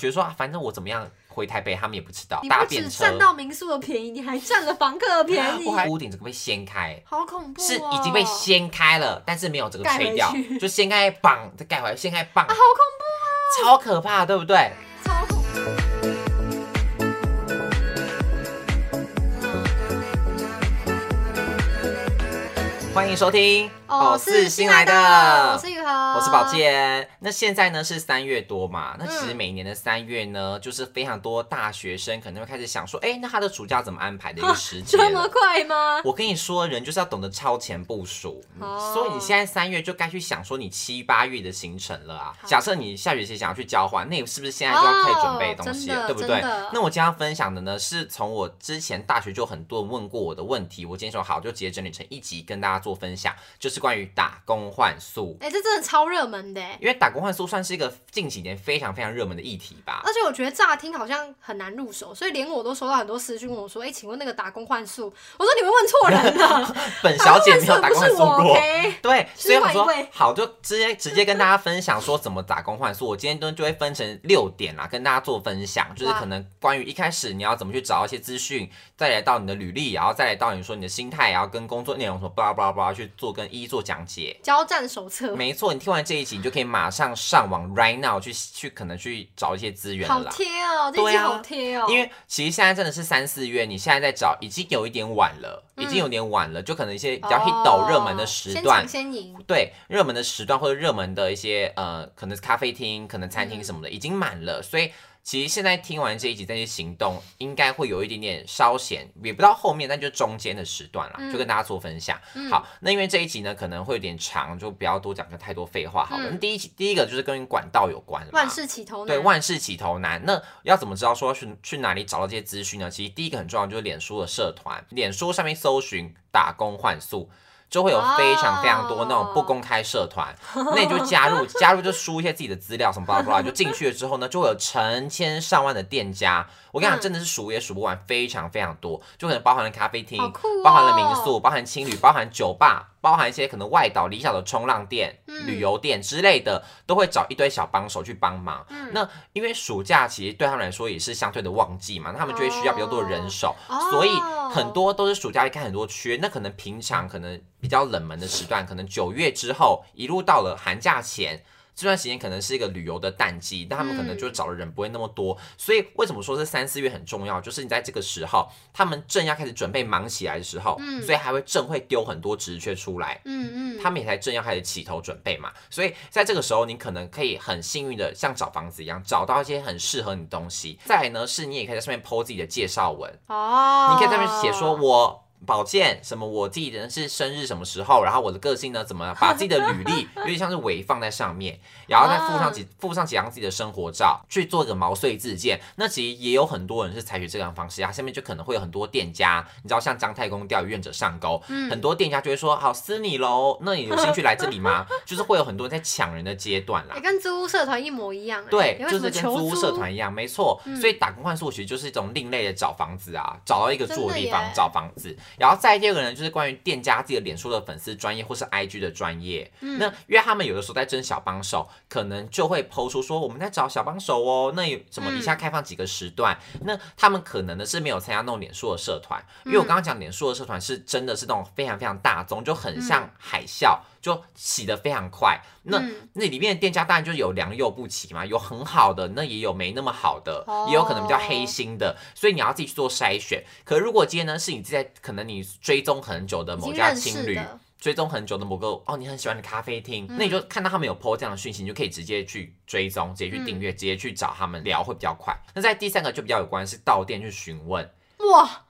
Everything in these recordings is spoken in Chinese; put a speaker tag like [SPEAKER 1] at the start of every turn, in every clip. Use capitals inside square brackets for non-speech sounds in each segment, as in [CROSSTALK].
[SPEAKER 1] 觉得说，啊反正我怎么样回台北，他们也不知道
[SPEAKER 2] 你
[SPEAKER 1] 搭
[SPEAKER 2] 不只
[SPEAKER 1] 便
[SPEAKER 2] 占
[SPEAKER 1] 车，
[SPEAKER 2] 到民宿的便宜，你还占了房客的便宜
[SPEAKER 1] 我，还屋顶整个被掀开，
[SPEAKER 2] 好恐怖、哦！
[SPEAKER 1] 是已经被掀开了，但是没有整个
[SPEAKER 2] 盖
[SPEAKER 1] 吹
[SPEAKER 2] 回
[SPEAKER 1] 掉
[SPEAKER 2] 去，
[SPEAKER 1] 就掀开绑再盖回来，掀开绑
[SPEAKER 2] 啊，，好
[SPEAKER 1] 超可怕，对不对？
[SPEAKER 2] 恐怖，超恐怖！
[SPEAKER 1] 欢迎收听
[SPEAKER 2] 哦，是新来的，我是雨禾，
[SPEAKER 1] 我是宝。健。那现在呢是三月多嘛？那其实
[SPEAKER 2] 嗯
[SPEAKER 1] 每年的三月呢，就是非常多大学生可能会开始想说，哎、那他的暑假怎么安
[SPEAKER 2] [LAUGHS]
[SPEAKER 1] 排的一个时节
[SPEAKER 2] 这
[SPEAKER 1] 了
[SPEAKER 2] 么快吗？ [LAUGHS]
[SPEAKER 1] 我跟你说，人就是要懂得超前部署，
[SPEAKER 2] 哦
[SPEAKER 1] 所以你现在三月就该去想说你七八月的行程了啊。
[SPEAKER 2] 好
[SPEAKER 1] 假设你下学期想要去交换，那你是不是现在就要开始准备
[SPEAKER 2] 哦
[SPEAKER 1] 东西了，
[SPEAKER 2] 真的
[SPEAKER 1] 对不对
[SPEAKER 2] 真的？
[SPEAKER 1] 那我今天要分享的呢，是从我之前大学就很多人问过我的问题，我今天说好就直接整理成一集跟大家做分享，就是关于打工换宿。
[SPEAKER 2] 哎、这真的超热门的哎，
[SPEAKER 1] 因为打工换宿算是一个近几年非常非常热门的议题
[SPEAKER 2] [LAUGHS]
[SPEAKER 1] 吧。
[SPEAKER 2] 而且我觉得乍听好像很难入手，所以连我都收到很多私讯问我说：“哎、请问那个打工换宿？”我说：“你们问错人了，
[SPEAKER 1] 本 [LAUGHS] 小姐没有打
[SPEAKER 2] 打
[SPEAKER 1] 工
[SPEAKER 2] 工换
[SPEAKER 1] 换
[SPEAKER 2] 宿
[SPEAKER 1] 宿
[SPEAKER 2] 不是我
[SPEAKER 1] 过。
[SPEAKER 2] ，OK？
[SPEAKER 1] 对，
[SPEAKER 2] 是
[SPEAKER 1] 所以我说
[SPEAKER 2] 外位
[SPEAKER 1] 好，就直接直接跟大家分享说怎么打工换宿。我今天都就会分成六点啦，跟大家做分享，就是
[SPEAKER 2] 哇
[SPEAKER 1] 可能关于一开始你要怎么去找一些资讯，再来到你的履历，然后再来到你说你的心态，然后跟工作内容什么巴拉巴拉巴拉去做跟一一做讲解。
[SPEAKER 2] 交战手册，
[SPEAKER 1] 没错，你听完这一集，你就可以马上上网 right now 去去可能去找一些资源了
[SPEAKER 2] 好
[SPEAKER 1] 啦。
[SPEAKER 2] 贴哦、这
[SPEAKER 1] 对
[SPEAKER 2] 季
[SPEAKER 1] 啊
[SPEAKER 2] 好贴哦、
[SPEAKER 1] 因为其实现在真的是三四月，你现在在找已经有一点晚了，已经有点晚了，就可能一些比较 hit 到
[SPEAKER 2] 哦
[SPEAKER 1] 热门的时
[SPEAKER 2] 先
[SPEAKER 1] 段
[SPEAKER 2] 抢，先赢，
[SPEAKER 1] 对热门的时段或者热门的一些呃，可能是咖啡厅、可能餐厅什
[SPEAKER 2] 嗯
[SPEAKER 1] 么的、已经满了，所以其实现在听完这一集再去行动，应该会有一点点稍显，也不到后面，但就中间的时段啦，
[SPEAKER 2] 嗯
[SPEAKER 1] 就跟大家做分享。
[SPEAKER 2] 嗯
[SPEAKER 1] 好，那因为这一集呢可能会有点长，就不要多讲太多废话好了。
[SPEAKER 2] 嗯
[SPEAKER 1] 那第一集第一个就是跟管道有关的嘛
[SPEAKER 2] 万。事起头难。
[SPEAKER 1] 对万事起头难，那要怎么知道说要去去哪里找到这些资讯呢？其实第一个很重要就是脸书的社团，脸书上面搜寻打工换宿，就会有非常非常多那种不公开社团，
[SPEAKER 2] 哦
[SPEAKER 1] 那你就加
[SPEAKER 2] [LAUGHS]
[SPEAKER 1] 入，加入就输一些自己的资料什么巴拉巴拉，就进去了之后呢，就会有成千上万的店家，我跟你讲，
[SPEAKER 2] 嗯
[SPEAKER 1] 真的是数也数不完，非常非常多，就可能包含了咖啡厅
[SPEAKER 2] 好，酷哦
[SPEAKER 1] 包含了民宿，包含青旅，包含酒吧，包含一些可能外岛、离岛的冲浪店、
[SPEAKER 2] 嗯
[SPEAKER 1] 旅游店之类的，都会找一堆小帮手去帮忙。
[SPEAKER 2] 嗯
[SPEAKER 1] 那因为暑假其实对他们来说也是相对的旺季嘛，那他们就会需要比较多的人手，
[SPEAKER 2] 哦
[SPEAKER 1] 所以很多都是暑假会开很多缺。那可能平常可能比较冷门的时段，可能九月之后一路到了寒假前。这段时间可能是一个旅游的淡季，但他们可能
[SPEAKER 2] 嗯
[SPEAKER 1] 就找的人不会那么多，所以为什么说是三四月很重要？就是你在这个时候，他们正要开始准备忙起来的时候，
[SPEAKER 2] 嗯
[SPEAKER 1] 所以还会正会丢很多职缺出来，
[SPEAKER 2] 嗯嗯，
[SPEAKER 1] 他们也才正要开始起头准备嘛，所以在这个时候，你可能可以很幸运的像找房子一样，找到一些很适合你的东西。再来呢，是你也可以在上面 PO 自己的介绍文，
[SPEAKER 2] 哦，
[SPEAKER 1] 你可以在上面写说我。保健什么？我自己的是生日什么时候？然后我的个性呢？怎么把自己的履
[SPEAKER 2] [LAUGHS]
[SPEAKER 1] 历有点像是伪放在上面，然后再附上
[SPEAKER 2] 嗯
[SPEAKER 1] 几附上几张自己的生活照，去做一个毛遂自荐。那其实也有很多人是采取这样的方式啊。下面就可能会有很多店家，你知道像张太公钓鱼愿者上钩，
[SPEAKER 2] 嗯
[SPEAKER 1] 很多店家就会说好撕你喽，那你有兴趣来这里吗？ [LAUGHS] 就是会有很多人在抢人的阶段啦
[SPEAKER 2] 也。跟租屋社团一模一样、哎
[SPEAKER 1] 对
[SPEAKER 2] 有，没
[SPEAKER 1] 就是
[SPEAKER 2] 有什么
[SPEAKER 1] 跟
[SPEAKER 2] 求
[SPEAKER 1] 租屋社团一样，没错。
[SPEAKER 2] 嗯
[SPEAKER 1] 所以打工换宿其实就是一种另类的找房子啊，找到一个住的地方
[SPEAKER 2] 真的耶
[SPEAKER 1] 找房子。然后再第二个呢，就是关于店家自己的脸书的粉丝专业或是 IG 的专业。
[SPEAKER 2] 嗯
[SPEAKER 1] 那因为他们有的时候在争小帮手，可能就会抛出说我们在找小帮手哦，那有什么
[SPEAKER 2] 嗯
[SPEAKER 1] 以下开放几个时段？那他们可能呢是没有参加那种脸书的社团，因
[SPEAKER 2] 嗯
[SPEAKER 1] 为我刚刚讲脸书的社团是真的是那种非常非常大宗，就
[SPEAKER 2] 嗯
[SPEAKER 1] 很像海啸，就洗得非常快。那
[SPEAKER 2] 嗯
[SPEAKER 1] 那里面的店家当然就有良莠不齐嘛，有很好的，那也有没那么好的，
[SPEAKER 2] 哦
[SPEAKER 1] 也有可能比较黑心的，所以你要自己去做筛选。可如果今天呢是你在可能你追踪很久的
[SPEAKER 2] 已
[SPEAKER 1] 某
[SPEAKER 2] 经
[SPEAKER 1] 家
[SPEAKER 2] 认识
[SPEAKER 1] 青旅，
[SPEAKER 2] 的，嗯
[SPEAKER 1] 追踪很久的某个哦你很喜欢的咖啡厅，那你就看到他们有 PO 这样的讯息，你就可以直接去追踪，直接去订阅，
[SPEAKER 2] 嗯
[SPEAKER 1] 直接去找他们聊会比较快。那在第三个就比较有关是到店去询问，
[SPEAKER 2] 哇，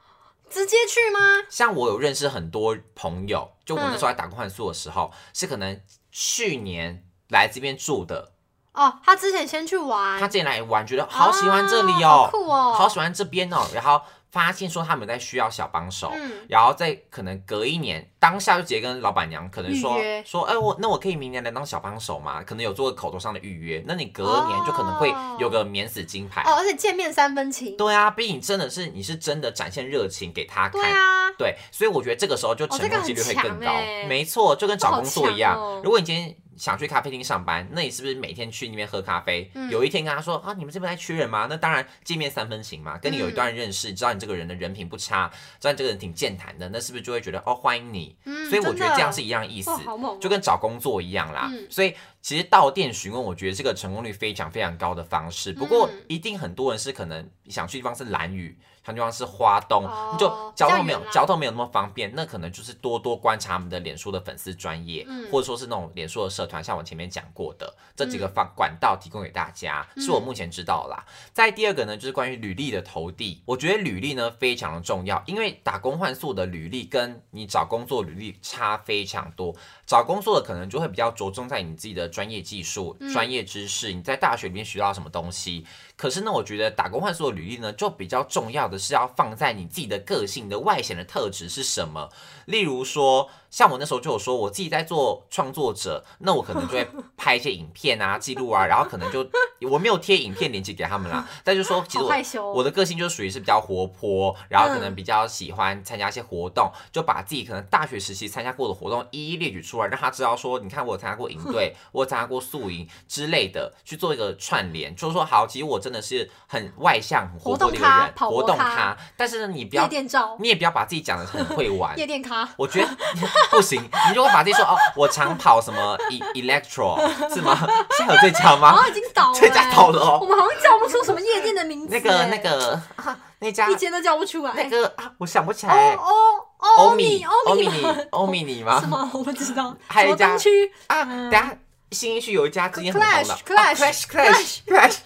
[SPEAKER 2] 直接去吗？
[SPEAKER 1] 像我有认识很多朋友，就我那
[SPEAKER 2] 嗯
[SPEAKER 1] 时候在打工换宿的时候，是可能去年来这边住的。
[SPEAKER 2] 哦，他之前先去玩，
[SPEAKER 1] 他进来玩，觉得好喜欢这里
[SPEAKER 2] 啊好
[SPEAKER 1] 哦，
[SPEAKER 2] 酷哦，
[SPEAKER 1] 好喜欢这边哦，然后发现说他们在需要小帮手。
[SPEAKER 2] 嗯，
[SPEAKER 1] 然后再可能隔一年，当下就直接跟老板娘可能说
[SPEAKER 2] 预约
[SPEAKER 1] 说，哎、我那我可以明年来当小帮手嘛？可能有做个口头上的预约，那你隔年就可能会有个免死金牌。
[SPEAKER 2] 哦哦，而且见面三分情，
[SPEAKER 1] 对啊，毕竟真的是你是真的展现热情给他看，
[SPEAKER 2] 对啊，
[SPEAKER 1] 对，所以我觉得这个时候就成
[SPEAKER 2] 哦这个
[SPEAKER 1] 功
[SPEAKER 2] 很
[SPEAKER 1] 几率会更高，
[SPEAKER 2] 强欸
[SPEAKER 1] 没错，就跟找工作一样。
[SPEAKER 2] 好强哦
[SPEAKER 1] 如果你今天想去咖啡厅上班，那你是不是每天去那边喝咖啡？
[SPEAKER 2] 嗯
[SPEAKER 1] 有一天跟他说啊，你们这边在缺人吗？那当然见面三分情嘛，跟你
[SPEAKER 2] 嗯
[SPEAKER 1] 有一段认识，知道你这个人的人品不差，知道你这个人挺健谈的，那是不是就会觉得哦欢迎你？
[SPEAKER 2] 嗯，
[SPEAKER 1] 所以我
[SPEAKER 2] 真
[SPEAKER 1] 觉得
[SPEAKER 2] 的
[SPEAKER 1] 这样是一样的意思
[SPEAKER 2] 哇，，好猛哦、
[SPEAKER 1] 就跟找工作一样啦。
[SPEAKER 2] 嗯
[SPEAKER 1] 所以其实到店询问，我觉得这个成功率非常非常高的方式。不过
[SPEAKER 2] 嗯
[SPEAKER 1] 一定很多人是可能想去地方是兰屿，想去地方是花东，
[SPEAKER 2] 哦
[SPEAKER 1] 你就交
[SPEAKER 2] 比较
[SPEAKER 1] 通没有
[SPEAKER 2] 远啦
[SPEAKER 1] 交通没有那么方便，那可能就是多多观察我们的脸书的粉丝专业，
[SPEAKER 2] 嗯
[SPEAKER 1] 或者说是那种脸书的社团，像我前面讲过的这几个方管道提供给大家，是我
[SPEAKER 2] 嗯
[SPEAKER 1] 目前知道的啦。再第二个呢，就是关于履历的投递。我觉得履历呢非常的重要，因为打工换宿的履历跟你找工作履历差非常多。找工作的可能就会比较着重在你自己的专业技术、
[SPEAKER 2] 嗯
[SPEAKER 1] 专业知识，你在大学里面学到什么东西。可是呢，我觉得打工换宿的履历呢，就比较重要的是要放在你自己的个性的外显的特质是什么。例如说，像我那时候就有说，我自己在做创作者，那我可能就会拍一些影片啊、记录啊，然后可能就我没有贴影片链接给他们啦，但就说其实
[SPEAKER 2] 好
[SPEAKER 1] 我
[SPEAKER 2] 害羞哦、
[SPEAKER 1] 我的个性就属于是比较活泼，然后可能
[SPEAKER 2] 嗯
[SPEAKER 1] 比较喜欢参加一些活动，就把自己可能大学时期参加过的活动一一列举出来，让他知道说，你看我有参加过营队，我有参加过宿营之类的，去做一个串联，就是说好，其实我真的是很外向、很活
[SPEAKER 2] 活
[SPEAKER 1] 泼
[SPEAKER 2] 动
[SPEAKER 1] 的一个
[SPEAKER 2] 咖
[SPEAKER 1] 人，
[SPEAKER 2] 跑
[SPEAKER 1] 活
[SPEAKER 2] 活
[SPEAKER 1] 动
[SPEAKER 2] 咖
[SPEAKER 1] 咖，但是呢，你不
[SPEAKER 2] 夜
[SPEAKER 1] 要。
[SPEAKER 2] 店照、
[SPEAKER 1] 你也不要把自己讲的很会玩，
[SPEAKER 2] [LAUGHS] 夜店咖，
[SPEAKER 1] 我觉得 [LAUGHS] 不行，你如果把自己说哦，我长跑什么 e electro 是吗？ [LAUGHS] 是还有这家
[SPEAKER 2] 好
[SPEAKER 1] 吗？
[SPEAKER 2] 像已经倒了、欸，
[SPEAKER 1] 这家倒了
[SPEAKER 2] 我
[SPEAKER 1] 哦，
[SPEAKER 2] 们好像叫不出什么夜店的名字、
[SPEAKER 1] 那
[SPEAKER 2] 欸，
[SPEAKER 1] 个那个啊，那家
[SPEAKER 2] 一间都叫不出来，
[SPEAKER 1] 那个啊，我想不起来，
[SPEAKER 2] 哎哦哦
[SPEAKER 1] 欧
[SPEAKER 2] 欧
[SPEAKER 1] 米
[SPEAKER 2] 欧
[SPEAKER 1] 米
[SPEAKER 2] 米
[SPEAKER 1] 你
[SPEAKER 2] [LAUGHS]
[SPEAKER 1] 欧米你
[SPEAKER 2] 什
[SPEAKER 1] 吗？
[SPEAKER 2] 么？我不知道，
[SPEAKER 1] 啊还有一
[SPEAKER 2] 什么
[SPEAKER 1] 家
[SPEAKER 2] 东区
[SPEAKER 1] 啊，
[SPEAKER 2] 嗯
[SPEAKER 1] 等下新一区有一家之前很红的
[SPEAKER 2] Clash Clash
[SPEAKER 1] Clash Clash Clash，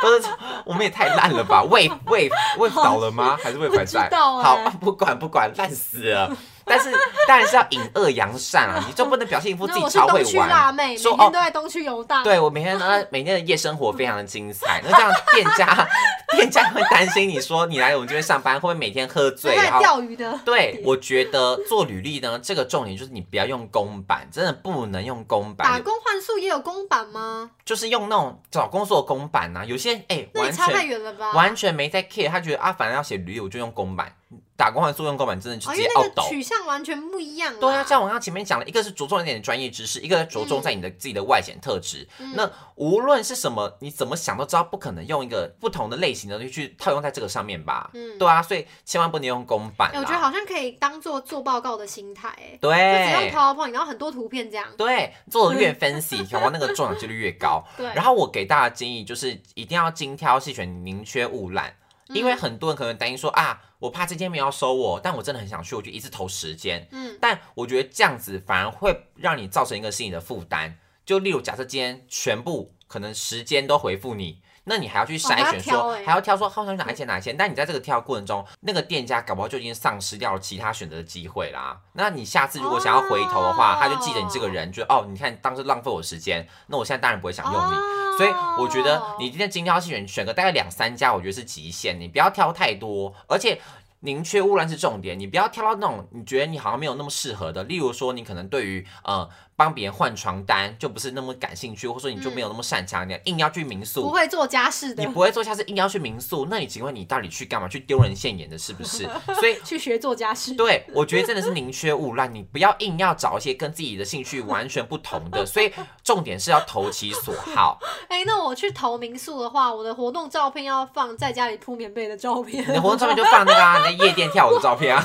[SPEAKER 1] 都是我们也太烂了吧？Wave Wave Wave 倒了吗？还是 Wave 还在
[SPEAKER 2] 不知？道哎
[SPEAKER 1] 好，啊不管不管，烂死了。但是当然是要引恶扬善啊，你就不能表现一副自
[SPEAKER 2] [LAUGHS] 那
[SPEAKER 1] 己
[SPEAKER 2] 我是
[SPEAKER 1] 超会
[SPEAKER 2] 东区辣
[SPEAKER 1] 玩，
[SPEAKER 2] 妹，每
[SPEAKER 1] 说
[SPEAKER 2] 天
[SPEAKER 1] 哦
[SPEAKER 2] 都在东区游荡。
[SPEAKER 1] 对我每天呢，每天的夜生活非常的精彩。那这样店家店家会担心你说你来我们这边上班会不会每天喝
[SPEAKER 2] 都 [LAUGHS]
[SPEAKER 1] 醉，
[SPEAKER 2] 在
[SPEAKER 1] 然后。
[SPEAKER 2] 钓鱼的，
[SPEAKER 1] 对，我觉得做履历呢，这个重点就是你不要用公版，真的不能用公
[SPEAKER 2] 打
[SPEAKER 1] 版，
[SPEAKER 2] 工换宿也有公版吗？就是
[SPEAKER 1] 就是用那种找工作的公版呐、啊。有些人哎、
[SPEAKER 2] 那
[SPEAKER 1] 完
[SPEAKER 2] 你差太
[SPEAKER 1] 全
[SPEAKER 2] 远了吧？
[SPEAKER 1] 完全没在 care，他觉得啊，反正要写履历，我就用公版。打工换宿用公版真的就
[SPEAKER 2] 哦，
[SPEAKER 1] 直
[SPEAKER 2] 因
[SPEAKER 1] 接
[SPEAKER 2] 为
[SPEAKER 1] 懊
[SPEAKER 2] 那个
[SPEAKER 1] 抖。
[SPEAKER 2] 取向完全不一样啦。
[SPEAKER 1] 对啊，像我刚刚前面讲了，一个是着重一点的专业知识，一个着重在你的自己的外显特质。
[SPEAKER 2] 嗯
[SPEAKER 1] 那无论是什么，你怎么想都知道，不可能用一个不同的类型的东西去套用在这个上面吧？
[SPEAKER 2] 嗯
[SPEAKER 1] 对啊，所以千万不能用公版
[SPEAKER 2] 哎、
[SPEAKER 1] 啦。
[SPEAKER 2] 我觉得好像可以当做做报告的心态、哎，就只
[SPEAKER 1] 对
[SPEAKER 2] 用，PowerPoint，然后很多图片这样。
[SPEAKER 1] 对，做的越分析，恐怕那个中奖几率越高。
[SPEAKER 2] 对，
[SPEAKER 1] 然后我给大家的建议就是，一定要精挑细选，宁缺毋滥。因为很多人可能担心说啊，我怕这间没有要收我，但我真的很想去，我就一次投十间。
[SPEAKER 2] 嗯，
[SPEAKER 1] 但我觉得这样子反而会让你造成一个心理的负担。就例如，假设今天全部可能十间都回复你，那你还要去
[SPEAKER 2] 还
[SPEAKER 1] 筛
[SPEAKER 2] 要
[SPEAKER 1] 选
[SPEAKER 2] 挑
[SPEAKER 1] 说，
[SPEAKER 2] 欸
[SPEAKER 1] 还要挑说好想去哪一间哪一间。但你在这个挑过程中，那个店家搞不好就已经丧失掉了其他选择的机会啦。那你下次如果想要回头的话，
[SPEAKER 2] 哦
[SPEAKER 1] 他就记得你这个人，就哦，你看当时浪费我时间，那我现在当然不会想用你。
[SPEAKER 2] 哦
[SPEAKER 1] 所以我觉得你今天精挑细选，选个大概两三家，我觉得是极限，你不要挑太多，而且。宁缺毋滥是重点，你不要挑到那种你觉得你好像没有那么适合的。例如说，你可能对于呃帮别人换床单就不是那么感兴趣，或者说你就没有那么擅长，你硬要去民
[SPEAKER 2] 不
[SPEAKER 1] 宿，
[SPEAKER 2] 会做家事的
[SPEAKER 1] 你，不会做下次硬要去民宿，那你请问你到底去干嘛？去丢人现眼的是不是？
[SPEAKER 2] [LAUGHS]
[SPEAKER 1] 所以
[SPEAKER 2] 去学做家事。
[SPEAKER 1] 对，我觉得真的是宁缺毋滥，你不要硬要找一些跟自己的兴趣完全不同的。所以重点是要投其所好，
[SPEAKER 2] 哎、那我去投民宿的话，我的活动照片要放在家里铺棉被的照片，
[SPEAKER 1] 你的活动照片就放那个啊，你在夜店跳舞的照片啊，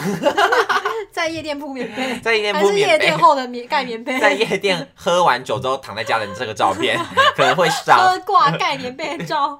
[SPEAKER 2] 在夜店铺棉被，
[SPEAKER 1] [LAUGHS] 在夜店
[SPEAKER 2] 还
[SPEAKER 1] 铺
[SPEAKER 2] 是
[SPEAKER 1] 棉
[SPEAKER 2] 夜
[SPEAKER 1] 被
[SPEAKER 2] 店，后的棉盖棉
[SPEAKER 1] [LAUGHS]
[SPEAKER 2] 被，
[SPEAKER 1] 在夜店喝完酒之后躺在家的这个照片可能会上。
[SPEAKER 2] 喝挂盖棉被的照，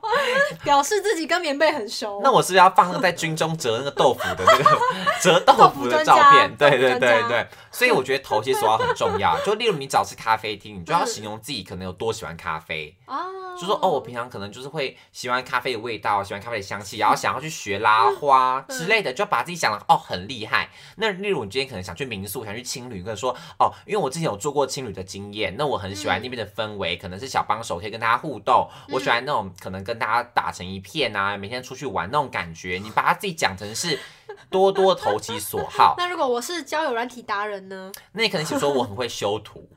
[SPEAKER 2] 表示自己跟棉被很熟。
[SPEAKER 1] 那我是不是要放那个在军中折那个豆腐的那
[SPEAKER 2] [LAUGHS]
[SPEAKER 1] 个折豆腐的照片？
[SPEAKER 2] 豆
[SPEAKER 1] 对
[SPEAKER 2] 腐
[SPEAKER 1] 对
[SPEAKER 2] 专家豆腐专
[SPEAKER 1] 对
[SPEAKER 2] 家
[SPEAKER 1] 对，所以我觉得投其所好很重要。就例如你找次咖啡厅，你就要形容自己可能有多喜欢咖啡。
[SPEAKER 2] 啊，
[SPEAKER 1] 就说哦，我平常可能就是会喜欢咖啡的味道，啊喜欢咖啡的香气，然后想要去学拉花
[SPEAKER 2] 嗯
[SPEAKER 1] 之类的，就把自己想的哦很厉害。那例如你今天可能想去民宿，想去青旅，跟说哦，因为我之前有做过青旅的经验，那我很喜欢那边的氛围，可能是小帮手可以跟大家互动，我喜欢那种可能跟大家打成一片啊，每天出去玩那种感觉。你把它自己讲成是多多投其所好，
[SPEAKER 2] 那如果我是交友软体达人呢？
[SPEAKER 1] 那你可能想说我很会修图，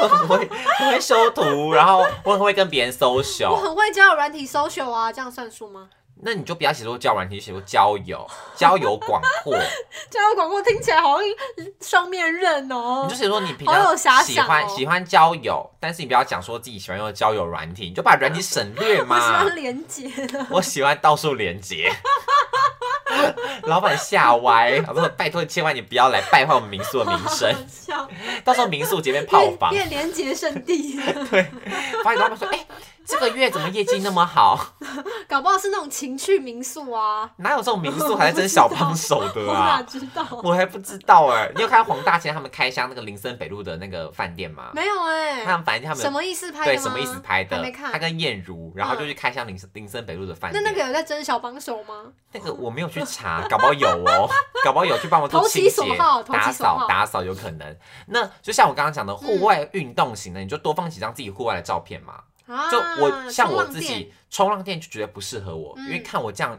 [SPEAKER 1] 我很会很会修图，然后我很会跟别人 social，
[SPEAKER 2] 我很会交友软体 social 啊，这样算数吗？
[SPEAKER 1] 那你就不要写作交友软体，写作交
[SPEAKER 2] [LAUGHS]
[SPEAKER 1] 友，交友广阔。
[SPEAKER 2] 交友广阔听起来好像双面刃哦
[SPEAKER 1] 你就。写说你平
[SPEAKER 2] 好
[SPEAKER 1] 常
[SPEAKER 2] 有遐
[SPEAKER 1] 喜
[SPEAKER 2] 想
[SPEAKER 1] 欢、
[SPEAKER 2] 哦
[SPEAKER 1] 喜欢交友，但是你不要讲说自己喜欢用交友软体，你就把软体省略
[SPEAKER 2] 我喜
[SPEAKER 1] 嘛。
[SPEAKER 2] 欢连接的，
[SPEAKER 1] 我喜欢到处连接。 [LAUGHS] 老板吓歪，他说：“拜托，千万你不要来败坏我们民宿的名声，
[SPEAKER 2] 好笑，
[SPEAKER 1] 到时候民宿这边泡房，
[SPEAKER 2] 变变连接圣地，
[SPEAKER 1] 发现老板说：‘哎、这个月怎么业绩那么好？ [LAUGHS]
[SPEAKER 2] 搞不好是那种情趣民宿啊，
[SPEAKER 1] 哪有这种民宿还在争小帮手的
[SPEAKER 2] 我哪 [LAUGHS]
[SPEAKER 1] 啊？’
[SPEAKER 2] 知道？
[SPEAKER 1] 我还不知道哎、你有看到黄大仙他们开箱那个林森北路的那个饭店吗？
[SPEAKER 2] 没有哎、
[SPEAKER 1] 啊他们反正他们
[SPEAKER 2] 什么意思拍的
[SPEAKER 1] 对
[SPEAKER 2] 吗？
[SPEAKER 1] 什么意思拍
[SPEAKER 2] 还
[SPEAKER 1] 的
[SPEAKER 2] 没？看
[SPEAKER 1] 他。跟燕如，然后就去开箱林森林森北路的饭
[SPEAKER 2] 那
[SPEAKER 1] 店。
[SPEAKER 2] 那个有在争小帮手吗？
[SPEAKER 1] 那个我没有去查，搞不好有
[SPEAKER 2] [LAUGHS]
[SPEAKER 1] 哦，搞不好有去帮我做
[SPEAKER 2] 投
[SPEAKER 1] 清
[SPEAKER 2] 其
[SPEAKER 1] 洁
[SPEAKER 2] 所好、投其
[SPEAKER 1] 打
[SPEAKER 2] 所好
[SPEAKER 1] 扫、打扫有可能。那就像我刚刚讲的，户外运动型的，你就多放几张自己户外的照片嘛。
[SPEAKER 2] 啊，
[SPEAKER 1] 就我像
[SPEAKER 2] 冲
[SPEAKER 1] 我
[SPEAKER 2] 浪
[SPEAKER 1] 自
[SPEAKER 2] 店，
[SPEAKER 1] 己冲浪店就觉得不适合我，因为
[SPEAKER 2] 嗯
[SPEAKER 1] 看我这样。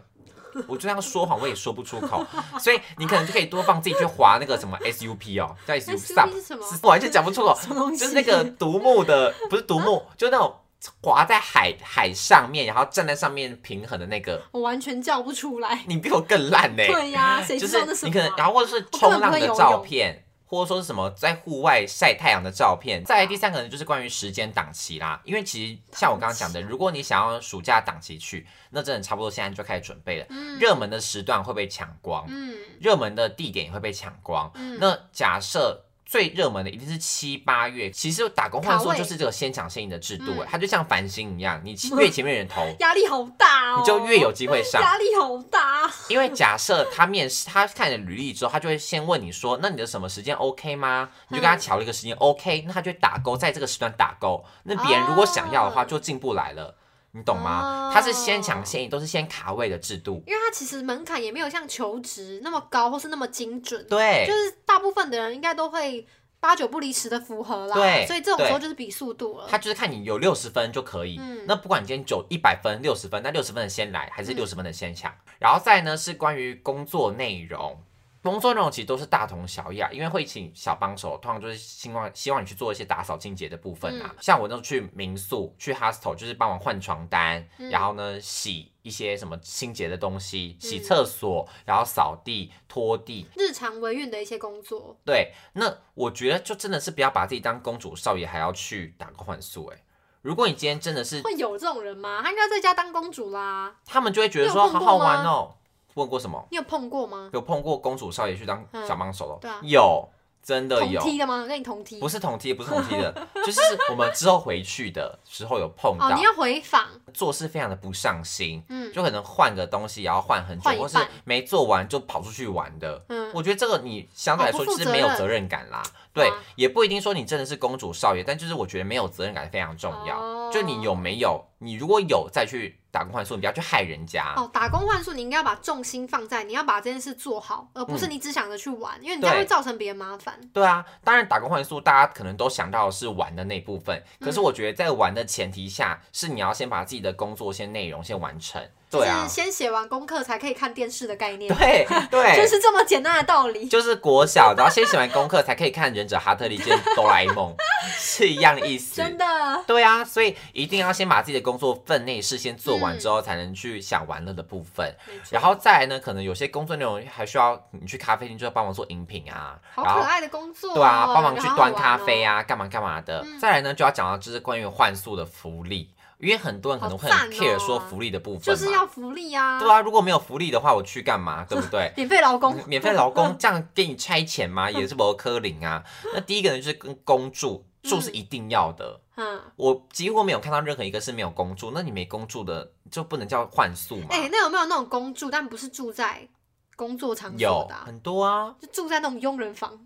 [SPEAKER 1] 我就这样说谎，我也说不出口， [LAUGHS] 所以你可能就可以多放自己去划那个什么 SUP 哦，叫 SUP
[SPEAKER 2] SUP
[SPEAKER 1] sub，
[SPEAKER 2] 是什么
[SPEAKER 1] [LAUGHS] 我完全讲不出口，
[SPEAKER 2] [LAUGHS] 什么东西？
[SPEAKER 1] 就是那个独木的，不是独木， [LAUGHS] 就那种划在海海上面，然后站在上面平衡的那个，
[SPEAKER 2] 我完全叫不出来。
[SPEAKER 1] 你比我更烂欸呢、
[SPEAKER 2] 对
[SPEAKER 1] [LAUGHS]
[SPEAKER 2] 呀、谁
[SPEAKER 1] 就
[SPEAKER 2] 知
[SPEAKER 1] 是
[SPEAKER 2] 道那什
[SPEAKER 1] 你
[SPEAKER 2] 么、
[SPEAKER 1] 可能，然
[SPEAKER 2] 啊？
[SPEAKER 1] 后或者是冲浪的照片，或者说是什么在户外晒太阳的照片。再来第三个呢，就是关于时间档期啦，因为其实像我刚刚讲的，如果你想要暑假档期去，那真的差不多现在就开始准备了。
[SPEAKER 2] 嗯
[SPEAKER 1] 热门的时段会被抢光，
[SPEAKER 2] 嗯
[SPEAKER 1] 热门的地点也会被抢光。
[SPEAKER 2] 嗯
[SPEAKER 1] 那假设。最热门的一定是七八月，其实打工换
[SPEAKER 2] 卡
[SPEAKER 1] 宿
[SPEAKER 2] 位
[SPEAKER 1] 就是这个先抢先赢的制度、欸
[SPEAKER 2] 嗯
[SPEAKER 1] 它就像繁星一样，
[SPEAKER 2] [LAUGHS]
[SPEAKER 1] 你越前面人投，
[SPEAKER 2] 压力好大哦，
[SPEAKER 1] 你就越有机会上。
[SPEAKER 2] 压力好大。
[SPEAKER 1] 因为假设他面试，他看了履历之后，他就会先问你说：“那你的什么时间 OK 吗？”你就
[SPEAKER 2] 嗯
[SPEAKER 1] 跟他调了一个时间 OK，那他就会打勾，在这个时段打勾。那别人如果想要的话，
[SPEAKER 2] 哦
[SPEAKER 1] 就进步来了，你懂吗
[SPEAKER 2] 哦？
[SPEAKER 1] 他是先抢先赢，都是先卡位的制度。
[SPEAKER 2] 因为它其实门槛也没有像求职那么高，或是那么精准，
[SPEAKER 1] 对
[SPEAKER 2] 就，是大部分的人应该都会八九不离十的符合啦。
[SPEAKER 1] 对
[SPEAKER 2] 所以这种时候
[SPEAKER 1] 对
[SPEAKER 2] 就是比速度了
[SPEAKER 1] 他。就是看你有六十分就可以。
[SPEAKER 2] 嗯
[SPEAKER 1] 那不管你今天九一百分、六十分，那六十分的先来，还是六十分的先抢。然后再呢是关于工作内容。工作内容其实都是大同小异啊，因为会请小帮手，通常就是希望希望你去做一些打扫清洁的部分啊。
[SPEAKER 2] 嗯
[SPEAKER 1] 像我那时候去民宿、去 hostel，就是帮忙换床单，
[SPEAKER 2] 嗯
[SPEAKER 1] 然后呢洗一些什么清洁的东西，洗
[SPEAKER 2] 嗯
[SPEAKER 1] 厕所，然后扫地、拖地，
[SPEAKER 2] 日常维运的一些工作，
[SPEAKER 1] 对，那我觉得就真的是不要把自己当公主少爷，还要去打个幻术。哎，如果你今天真的是，
[SPEAKER 2] 会有这种人吗？他应该在家当公主啦。
[SPEAKER 1] 他们就会觉得
[SPEAKER 2] 你有
[SPEAKER 1] 说好
[SPEAKER 2] 碰
[SPEAKER 1] 好
[SPEAKER 2] 过
[SPEAKER 1] 玩
[SPEAKER 2] 吗
[SPEAKER 1] 哦。问过什么？
[SPEAKER 2] 你有碰过吗？
[SPEAKER 1] 有碰过公主少爷去当
[SPEAKER 2] 嗯
[SPEAKER 1] 小帮手了？
[SPEAKER 2] 对啊
[SPEAKER 1] 有，真的
[SPEAKER 2] 同
[SPEAKER 1] 有。
[SPEAKER 2] 梯的吗？跟你同梯？
[SPEAKER 1] 不是同梯，不是同梯的，就是我们之后回去的时候有碰
[SPEAKER 2] 哦，
[SPEAKER 1] 到
[SPEAKER 2] 你，要回访，
[SPEAKER 1] 做事非常的不上心，
[SPEAKER 2] 嗯
[SPEAKER 1] 就可能换个东西也要换很久，
[SPEAKER 2] 换一
[SPEAKER 1] 或是
[SPEAKER 2] 半
[SPEAKER 1] 没做完就跑出去玩的，
[SPEAKER 2] 嗯，
[SPEAKER 1] 我觉得这个你相对来说
[SPEAKER 2] 哦不
[SPEAKER 1] 就
[SPEAKER 2] 负
[SPEAKER 1] 是
[SPEAKER 2] 责
[SPEAKER 1] 没有
[SPEAKER 2] 任
[SPEAKER 1] 责任感啦，对
[SPEAKER 2] 哇，
[SPEAKER 1] 也不一定说你真的是公主少爷，但就是我觉得没有责任感非常重要。
[SPEAKER 2] 哦
[SPEAKER 1] 就你有没有，你如果有再去打工换宿，你不要去害人家。
[SPEAKER 2] 哦，打工换宿，你应该把重心放在你要把这件事做好，而不是
[SPEAKER 1] 嗯
[SPEAKER 2] 你只想着去玩，因为你这样
[SPEAKER 1] 对
[SPEAKER 2] 会造成别人麻烦。
[SPEAKER 1] 对啊，当然打工换宿大家可能都想到的是玩的那部分，可
[SPEAKER 2] 嗯
[SPEAKER 1] 是我觉得在玩的前提下，是你要先把自己的工作先内容先完成。对啊
[SPEAKER 2] 就是，先写完功课才可以看电视的概念，
[SPEAKER 1] 对对，
[SPEAKER 2] 就是这么简单的道理。
[SPEAKER 1] 就是国小，然后先写完功课才可以看《忍者哈特利》跟《哆啦 A 梦》，是一样的意思。
[SPEAKER 2] [LAUGHS] 真的，
[SPEAKER 1] 对啊，所以一定要先把自己的工作分内事先做
[SPEAKER 2] 嗯
[SPEAKER 1] 完之后，才能去想玩乐的部分。然后再来呢，可能有些工作内容还需要你去咖啡厅，就要帮忙做饮品啊，
[SPEAKER 2] 好
[SPEAKER 1] 然
[SPEAKER 2] 可
[SPEAKER 1] 后
[SPEAKER 2] 爱的工作哦、
[SPEAKER 1] 对啊，帮忙去
[SPEAKER 2] 好好玩
[SPEAKER 1] 端
[SPEAKER 2] 哦
[SPEAKER 1] 咖啡，啊，干嘛干嘛的。
[SPEAKER 2] 嗯
[SPEAKER 1] 再来呢，就要讲到就是关于换宿的福利，因为很多人可能会
[SPEAKER 2] 好
[SPEAKER 1] 很
[SPEAKER 2] 赞
[SPEAKER 1] care
[SPEAKER 2] 哦
[SPEAKER 1] 说福利的部分
[SPEAKER 2] 就
[SPEAKER 1] 嘛，
[SPEAKER 2] 是要福利啊，
[SPEAKER 1] 对啊，嗯如果没有福利的话，我去干
[SPEAKER 2] [LAUGHS]
[SPEAKER 1] 嘛？对不对？
[SPEAKER 2] 免费劳工，
[SPEAKER 1] 免费劳工这样给你差遣吗？也是不科林啊。那第一个呢，就是跟公住，住是一定要的。
[SPEAKER 2] 嗯，
[SPEAKER 1] 我几乎没有看到任何一个是没有公住，那你没公住的就不能叫换宿嘛？
[SPEAKER 2] 哎、那有没有那种公住，但不是住在工作场所
[SPEAKER 1] 有
[SPEAKER 2] 的啊、
[SPEAKER 1] 很多啊，
[SPEAKER 2] 就住在那种佣人房、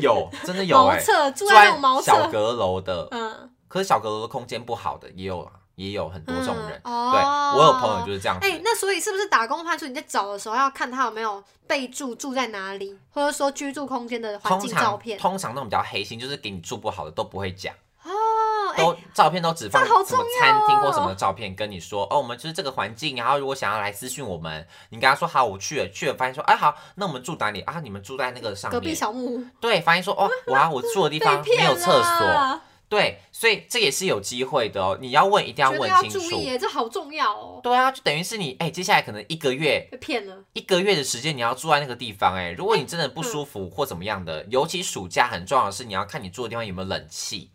[SPEAKER 1] 有 [LAUGHS] 真的有
[SPEAKER 2] 茅
[SPEAKER 1] 哎、
[SPEAKER 2] 厕，住
[SPEAKER 1] 住
[SPEAKER 2] 在那
[SPEAKER 1] 在
[SPEAKER 2] 种茅
[SPEAKER 1] 小
[SPEAKER 2] 厕，
[SPEAKER 1] 阁楼的，
[SPEAKER 2] 嗯，
[SPEAKER 1] 可是小阁楼的空间不好的也有啊，也有很多这种人。
[SPEAKER 2] 嗯哦、
[SPEAKER 1] 对我有朋友就是这样子
[SPEAKER 2] 哎、，那所以是不是打工换宿？你在找的时候要看他有没有备注住在哪里，或者说居住空间的环
[SPEAKER 1] 通
[SPEAKER 2] 境照
[SPEAKER 1] 常
[SPEAKER 2] 片？
[SPEAKER 1] 通常那种比较黑心，就是给你住不好的都不会讲。
[SPEAKER 2] 哦，哎、
[SPEAKER 1] 都照片都只放
[SPEAKER 2] 这好
[SPEAKER 1] 什么
[SPEAKER 2] 重要
[SPEAKER 1] 餐厅
[SPEAKER 2] 哦
[SPEAKER 1] 或什么照片，跟你说哦，我们就是这个环境，然后如果想要来私讯我们，你跟他说好，我去了，去了发现说，哎、好，那我们住哪里啊？你们住在那个上
[SPEAKER 2] 隔壁
[SPEAKER 1] 面，
[SPEAKER 2] 小木屋
[SPEAKER 1] 对，发现说哦，哇，我住的地方
[SPEAKER 2] 被
[SPEAKER 1] 没
[SPEAKER 2] 骗
[SPEAKER 1] 有厕所，
[SPEAKER 2] 了
[SPEAKER 1] 对，所以这也是有机会的哦。你要问，一定要
[SPEAKER 2] 觉得
[SPEAKER 1] 问
[SPEAKER 2] 要
[SPEAKER 1] 清
[SPEAKER 2] 注
[SPEAKER 1] 楚
[SPEAKER 2] 意。耶，这好重要哦。
[SPEAKER 1] 对啊，就等于是你哎、接下来可能一个月
[SPEAKER 2] 被骗了，
[SPEAKER 1] 一个月的时间你要住在那个地方、哎，如果你真的不
[SPEAKER 2] 嗯
[SPEAKER 1] 舒服或怎么样的，尤其暑假很重要的是你要看你住的地方有没有冷气，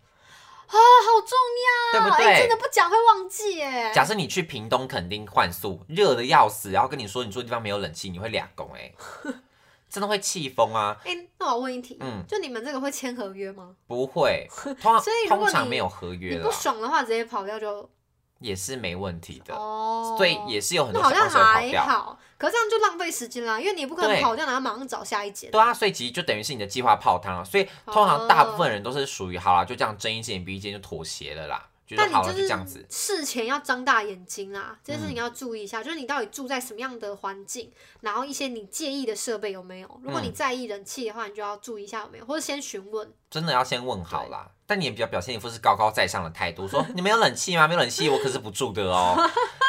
[SPEAKER 2] 啊，好重
[SPEAKER 1] 对
[SPEAKER 2] 要！
[SPEAKER 1] 不
[SPEAKER 2] 哎、真
[SPEAKER 1] 对
[SPEAKER 2] 的？不讲会忘记耶。
[SPEAKER 1] 假设你去屏东垦丁换宿，热的要死，然后跟你说你住的地方没有冷气，你会俩拱
[SPEAKER 2] [LAUGHS]
[SPEAKER 1] 哎，真的会气疯啊！
[SPEAKER 2] 哎、那我要问一题，
[SPEAKER 1] 嗯
[SPEAKER 2] 就你们这个会签合约吗？
[SPEAKER 1] 不会，通常
[SPEAKER 2] 所以如果
[SPEAKER 1] 通常
[SPEAKER 2] 你
[SPEAKER 1] 没有合约
[SPEAKER 2] 你不
[SPEAKER 1] 啦，
[SPEAKER 2] 爽的话，直接跑掉就
[SPEAKER 1] 也是没问题的，
[SPEAKER 2] 哦。
[SPEAKER 1] 所以也是有很
[SPEAKER 2] 那
[SPEAKER 1] 多
[SPEAKER 2] 好
[SPEAKER 1] 小
[SPEAKER 2] 像
[SPEAKER 1] 黄车跑
[SPEAKER 2] 还
[SPEAKER 1] 掉。
[SPEAKER 2] 好，可是这样就浪费时间啦，因为你也不可能
[SPEAKER 1] 对
[SPEAKER 2] 跑掉，然后马上找下一节。
[SPEAKER 1] 对啊，所以其实就等于是你的计划泡
[SPEAKER 2] 哦
[SPEAKER 1] 汤了。啊所以通常大部分人都是属于好啦，就这样睁一只眼闭一只眼就妥协了啦，觉得
[SPEAKER 2] 但你
[SPEAKER 1] 好了
[SPEAKER 2] 就
[SPEAKER 1] 就是这样子。
[SPEAKER 2] 事前要张大眼睛啦，这件事情
[SPEAKER 1] 嗯
[SPEAKER 2] 要注意一下，就是你到底住在什么样的环境，然后一些你介意的设备有没有。如果你
[SPEAKER 1] 嗯啊
[SPEAKER 2] 在意人气的话，你就要注意一下有没有，或者先询问。
[SPEAKER 1] 真的要先问好啦。但你也比较表现一副是高高在上的态度，
[SPEAKER 2] [LAUGHS]
[SPEAKER 1] 说你们有冷气吗？没有冷气，我可是不住的哦。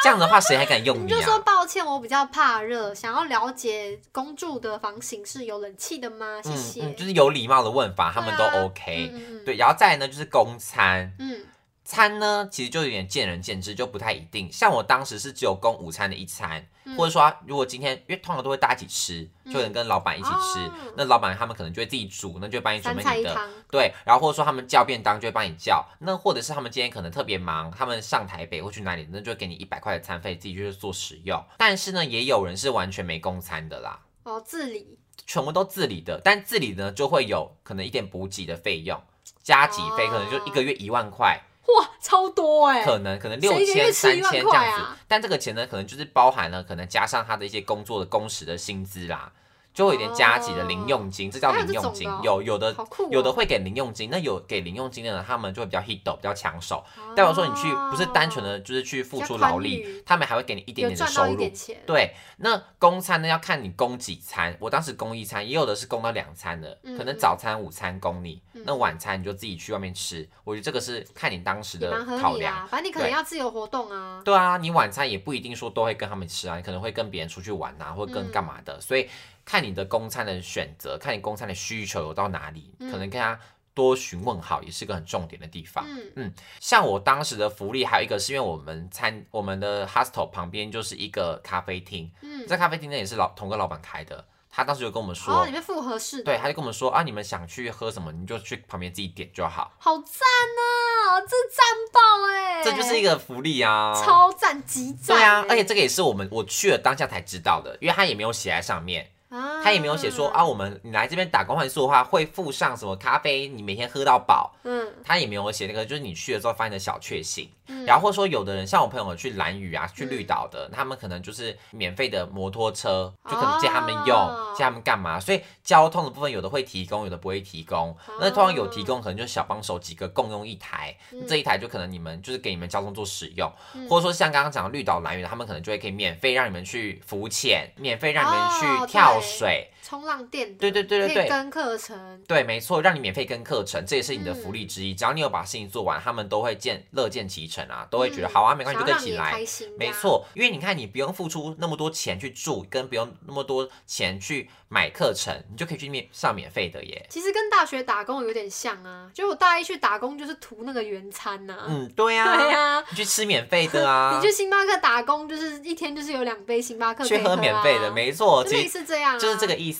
[SPEAKER 1] 这样的话，谁还敢用
[SPEAKER 2] 你
[SPEAKER 1] 你
[SPEAKER 2] 就说
[SPEAKER 1] 啊？
[SPEAKER 2] 抱歉，我比较怕热，想要了解公住的房型是有冷气的吗？谢
[SPEAKER 1] 嗯
[SPEAKER 2] 谢。
[SPEAKER 1] 嗯，就是有礼貌的问法，他们都
[SPEAKER 2] 对啊
[SPEAKER 1] OK。
[SPEAKER 2] 嗯嗯
[SPEAKER 1] 对，然后再来呢，就是公餐，
[SPEAKER 2] 嗯，嗯
[SPEAKER 1] 餐呢其实就有点见仁见智，就不太一定。像我当时是只有供午餐的一餐，
[SPEAKER 2] 嗯
[SPEAKER 1] 或者说啊如果今天因为通常都会大家一起吃，
[SPEAKER 2] 嗯
[SPEAKER 1] 就可能跟老板一起吃，
[SPEAKER 2] 哦
[SPEAKER 1] 那老板他们可能就会自己煮，那就会帮你准
[SPEAKER 2] 三
[SPEAKER 1] 备
[SPEAKER 2] 菜
[SPEAKER 1] 你
[SPEAKER 2] 一
[SPEAKER 1] 的。
[SPEAKER 2] 汤。
[SPEAKER 1] 对，然后或者说他们叫便当就会帮你叫，那或者是他们今天可能特别忙，他们上台北或去哪里，那就会给你一百块的餐费，自己就是做使用。但是呢，也有人是完全没供餐的啦，
[SPEAKER 2] 哦，自理
[SPEAKER 1] 全部都自理的，但自理呢就会有可能一点补给的费用，加给费可能就一
[SPEAKER 2] 哦
[SPEAKER 1] 个月一万块，
[SPEAKER 2] 哇，超多哎、
[SPEAKER 1] 可能可能
[SPEAKER 2] 谁
[SPEAKER 1] 六
[SPEAKER 2] 一个月
[SPEAKER 1] 千、
[SPEAKER 2] 吃
[SPEAKER 1] 三
[SPEAKER 2] 一
[SPEAKER 1] 千
[SPEAKER 2] 万
[SPEAKER 1] 这
[SPEAKER 2] 块
[SPEAKER 1] 样子
[SPEAKER 2] 啊，
[SPEAKER 1] 但这个钱呢，可能就是包含了可能加上他的一些工作的工时的薪资啦，就会有点加急的零用金，这叫
[SPEAKER 2] 还有
[SPEAKER 1] 零
[SPEAKER 2] 这
[SPEAKER 1] 用
[SPEAKER 2] 种
[SPEAKER 1] 金
[SPEAKER 2] 的哦，
[SPEAKER 1] 有有的
[SPEAKER 2] 好酷、哦。
[SPEAKER 1] 有的会给零用金，那有给零用金的人，他们就会比较 hit 比较抢手。
[SPEAKER 2] 哦，
[SPEAKER 1] 代表说你去不是单纯的就是去付出劳
[SPEAKER 2] 比较宽裕
[SPEAKER 1] 力，他们还会给你一点
[SPEAKER 2] 有
[SPEAKER 1] 点的
[SPEAKER 2] 赚
[SPEAKER 1] 收
[SPEAKER 2] 到一
[SPEAKER 1] 入
[SPEAKER 2] 点。钱，
[SPEAKER 1] 对，那供餐呢要看你供几餐，我当时供一餐，也有的是供到两餐的，
[SPEAKER 2] 嗯
[SPEAKER 1] 可能
[SPEAKER 2] 嗯
[SPEAKER 1] 早餐、午餐供你，
[SPEAKER 2] 嗯
[SPEAKER 1] 那晚餐你就自己去外面吃。我觉得这个是看你当时
[SPEAKER 2] 也
[SPEAKER 1] 的
[SPEAKER 2] 蛮合
[SPEAKER 1] 考
[SPEAKER 2] 理
[SPEAKER 1] 量。
[SPEAKER 2] 啦。反正你可能
[SPEAKER 1] 对
[SPEAKER 2] 要自由活动啊。
[SPEAKER 1] 对啊，你晚餐也不一定说都会跟他们吃啊，你可能会跟别人出去玩啊，或跟
[SPEAKER 2] 嗯
[SPEAKER 1] 干嘛的，所以看你的供餐的选择，看你供餐的需求有到哪里，
[SPEAKER 2] 嗯
[SPEAKER 1] 可能跟他多询问好，也是个很重点的地方。
[SPEAKER 2] 嗯，
[SPEAKER 1] 像我当时的福利，还有一个是因为我们餐我们的 hostel 旁边就是一个咖啡厅，
[SPEAKER 2] 嗯，
[SPEAKER 1] 这咖啡厅呢也是老同个老板开的，他当时就跟我们说，
[SPEAKER 2] 哦，你们复合式的，
[SPEAKER 1] 对，他就跟我们说啊，你们想去喝什么，你就去旁边自己点就好，
[SPEAKER 2] 好赞呐、这赞爆哎、
[SPEAKER 1] 这就是一个福利啊，
[SPEAKER 2] 超赞极赞
[SPEAKER 1] 对
[SPEAKER 2] 欸、
[SPEAKER 1] 啊，而且这个也是我们我去了当下才知道的，因为他也没有写在上面，
[SPEAKER 2] 啊
[SPEAKER 1] 他也没有写说啊，，我们你来这边打工换宿的话，会附上什么咖啡，你每天喝到饱，
[SPEAKER 2] 嗯
[SPEAKER 1] 他也没有写那个，就是你去了之后发现的小确幸。
[SPEAKER 2] 嗯
[SPEAKER 1] 然后或者说有的人像我朋友去蓝屿啊，去绿岛的，他们可能就是免费的摩托车，就可能借他们用，
[SPEAKER 2] 哦
[SPEAKER 1] 借他们干嘛？所以交通的部分有的会提供，有的不会提供。那通常有提供，可能就是小帮手几个共用一台，
[SPEAKER 2] 哦嗯
[SPEAKER 1] 这一台就可能你们就是给你们交通做使用，
[SPEAKER 2] 嗯
[SPEAKER 1] 或者说像刚刚讲的绿岛蓝屿的，他们可能就会可以免费让你们去浮潜，免费让你
[SPEAKER 2] 哦
[SPEAKER 1] 们去跳
[SPEAKER 2] 对
[SPEAKER 1] 水。
[SPEAKER 2] 冲浪店的，
[SPEAKER 1] 对对对对
[SPEAKER 2] 可以
[SPEAKER 1] 对
[SPEAKER 2] 跟课程，
[SPEAKER 1] 对，没错，让你免费跟课程，这也是你的
[SPEAKER 2] 嗯
[SPEAKER 1] 福利之一。只要你有把事情做完，他们都会见乐见其成啊，都会觉得、
[SPEAKER 2] 嗯
[SPEAKER 1] 好啊，没关系，
[SPEAKER 2] 想
[SPEAKER 1] 就对
[SPEAKER 2] 要让你
[SPEAKER 1] 起
[SPEAKER 2] 也
[SPEAKER 1] 来
[SPEAKER 2] 开。心、
[SPEAKER 1] 没，错，因为你看，你不用付出那么多钱去住，跟不用那么多钱去买课程，你就可以去免上免费的耶。
[SPEAKER 2] 其实跟大学打工有点像啊，就我大一去打工就是图那个原餐呐、
[SPEAKER 1] 嗯，对呀、
[SPEAKER 2] [LAUGHS] 对啊呀、
[SPEAKER 1] 你去吃免费的啊
[SPEAKER 2] [LAUGHS] 你，去星巴克打工就是一天就是有两杯星巴克可以
[SPEAKER 1] 去喝免费的，
[SPEAKER 2] 啊
[SPEAKER 1] 没错，
[SPEAKER 2] 就
[SPEAKER 1] 其
[SPEAKER 2] 类
[SPEAKER 1] 实
[SPEAKER 2] 似这样、啊，
[SPEAKER 1] 就是这个意思。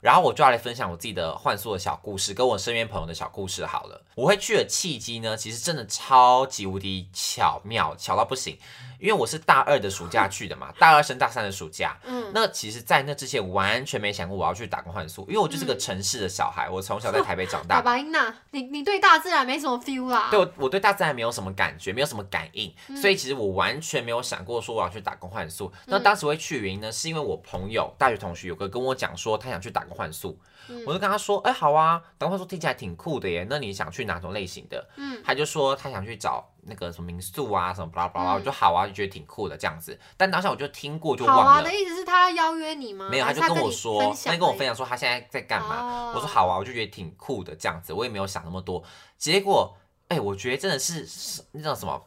[SPEAKER 1] 然后我就要来分享我自己的换宿的小故事，跟我身边朋友的小故事好了。我会去的契机呢，其实真的超级无敌巧妙，巧到不行。因为我是大二的暑假去的嘛，大二升大三的暑假。
[SPEAKER 2] 嗯，
[SPEAKER 1] 那其实，在那之前完全没想过我要去打工换宿，因为我就是
[SPEAKER 2] 嗯
[SPEAKER 1] 个城市的小孩，我从小在台北长
[SPEAKER 2] 爸
[SPEAKER 1] 大。
[SPEAKER 2] 爸英娜，你你对大自然没什么 feel 啊啦、
[SPEAKER 1] 对，我我对大自然没有什么感觉，没有什么感应，
[SPEAKER 2] 嗯
[SPEAKER 1] 所以其实我完全没有想过说我要去打工换宿。那
[SPEAKER 2] 嗯
[SPEAKER 1] 当时会去的原因呢，是因为我朋友大学同学有个跟我讲说他想去打工换宿，
[SPEAKER 2] 嗯
[SPEAKER 1] 我就跟他说，哎、好啊，打工换宿听起来挺酷的耶，那你想去哪种类型的？
[SPEAKER 2] 嗯
[SPEAKER 1] 他就说他想去找那个什么民宿啊，什么巴拉巴拉，
[SPEAKER 2] 嗯
[SPEAKER 1] 我就好啊，就觉得挺酷的这样子。但当下我就听过就
[SPEAKER 2] 好
[SPEAKER 1] 忘
[SPEAKER 2] 啊
[SPEAKER 1] 了
[SPEAKER 2] 的，意思是他要邀约你吗？
[SPEAKER 1] 没有，
[SPEAKER 2] 还
[SPEAKER 1] 他就
[SPEAKER 2] 是他
[SPEAKER 1] 跟我
[SPEAKER 2] 你
[SPEAKER 1] 说，他
[SPEAKER 2] 享
[SPEAKER 1] 就跟我分
[SPEAKER 2] 而已
[SPEAKER 1] 享说他现在在干嘛。
[SPEAKER 2] 哦
[SPEAKER 1] 我说好啊，我就觉得挺酷的这样子，我也没有想那么多。结果，哎、我觉得真的是是那叫什么，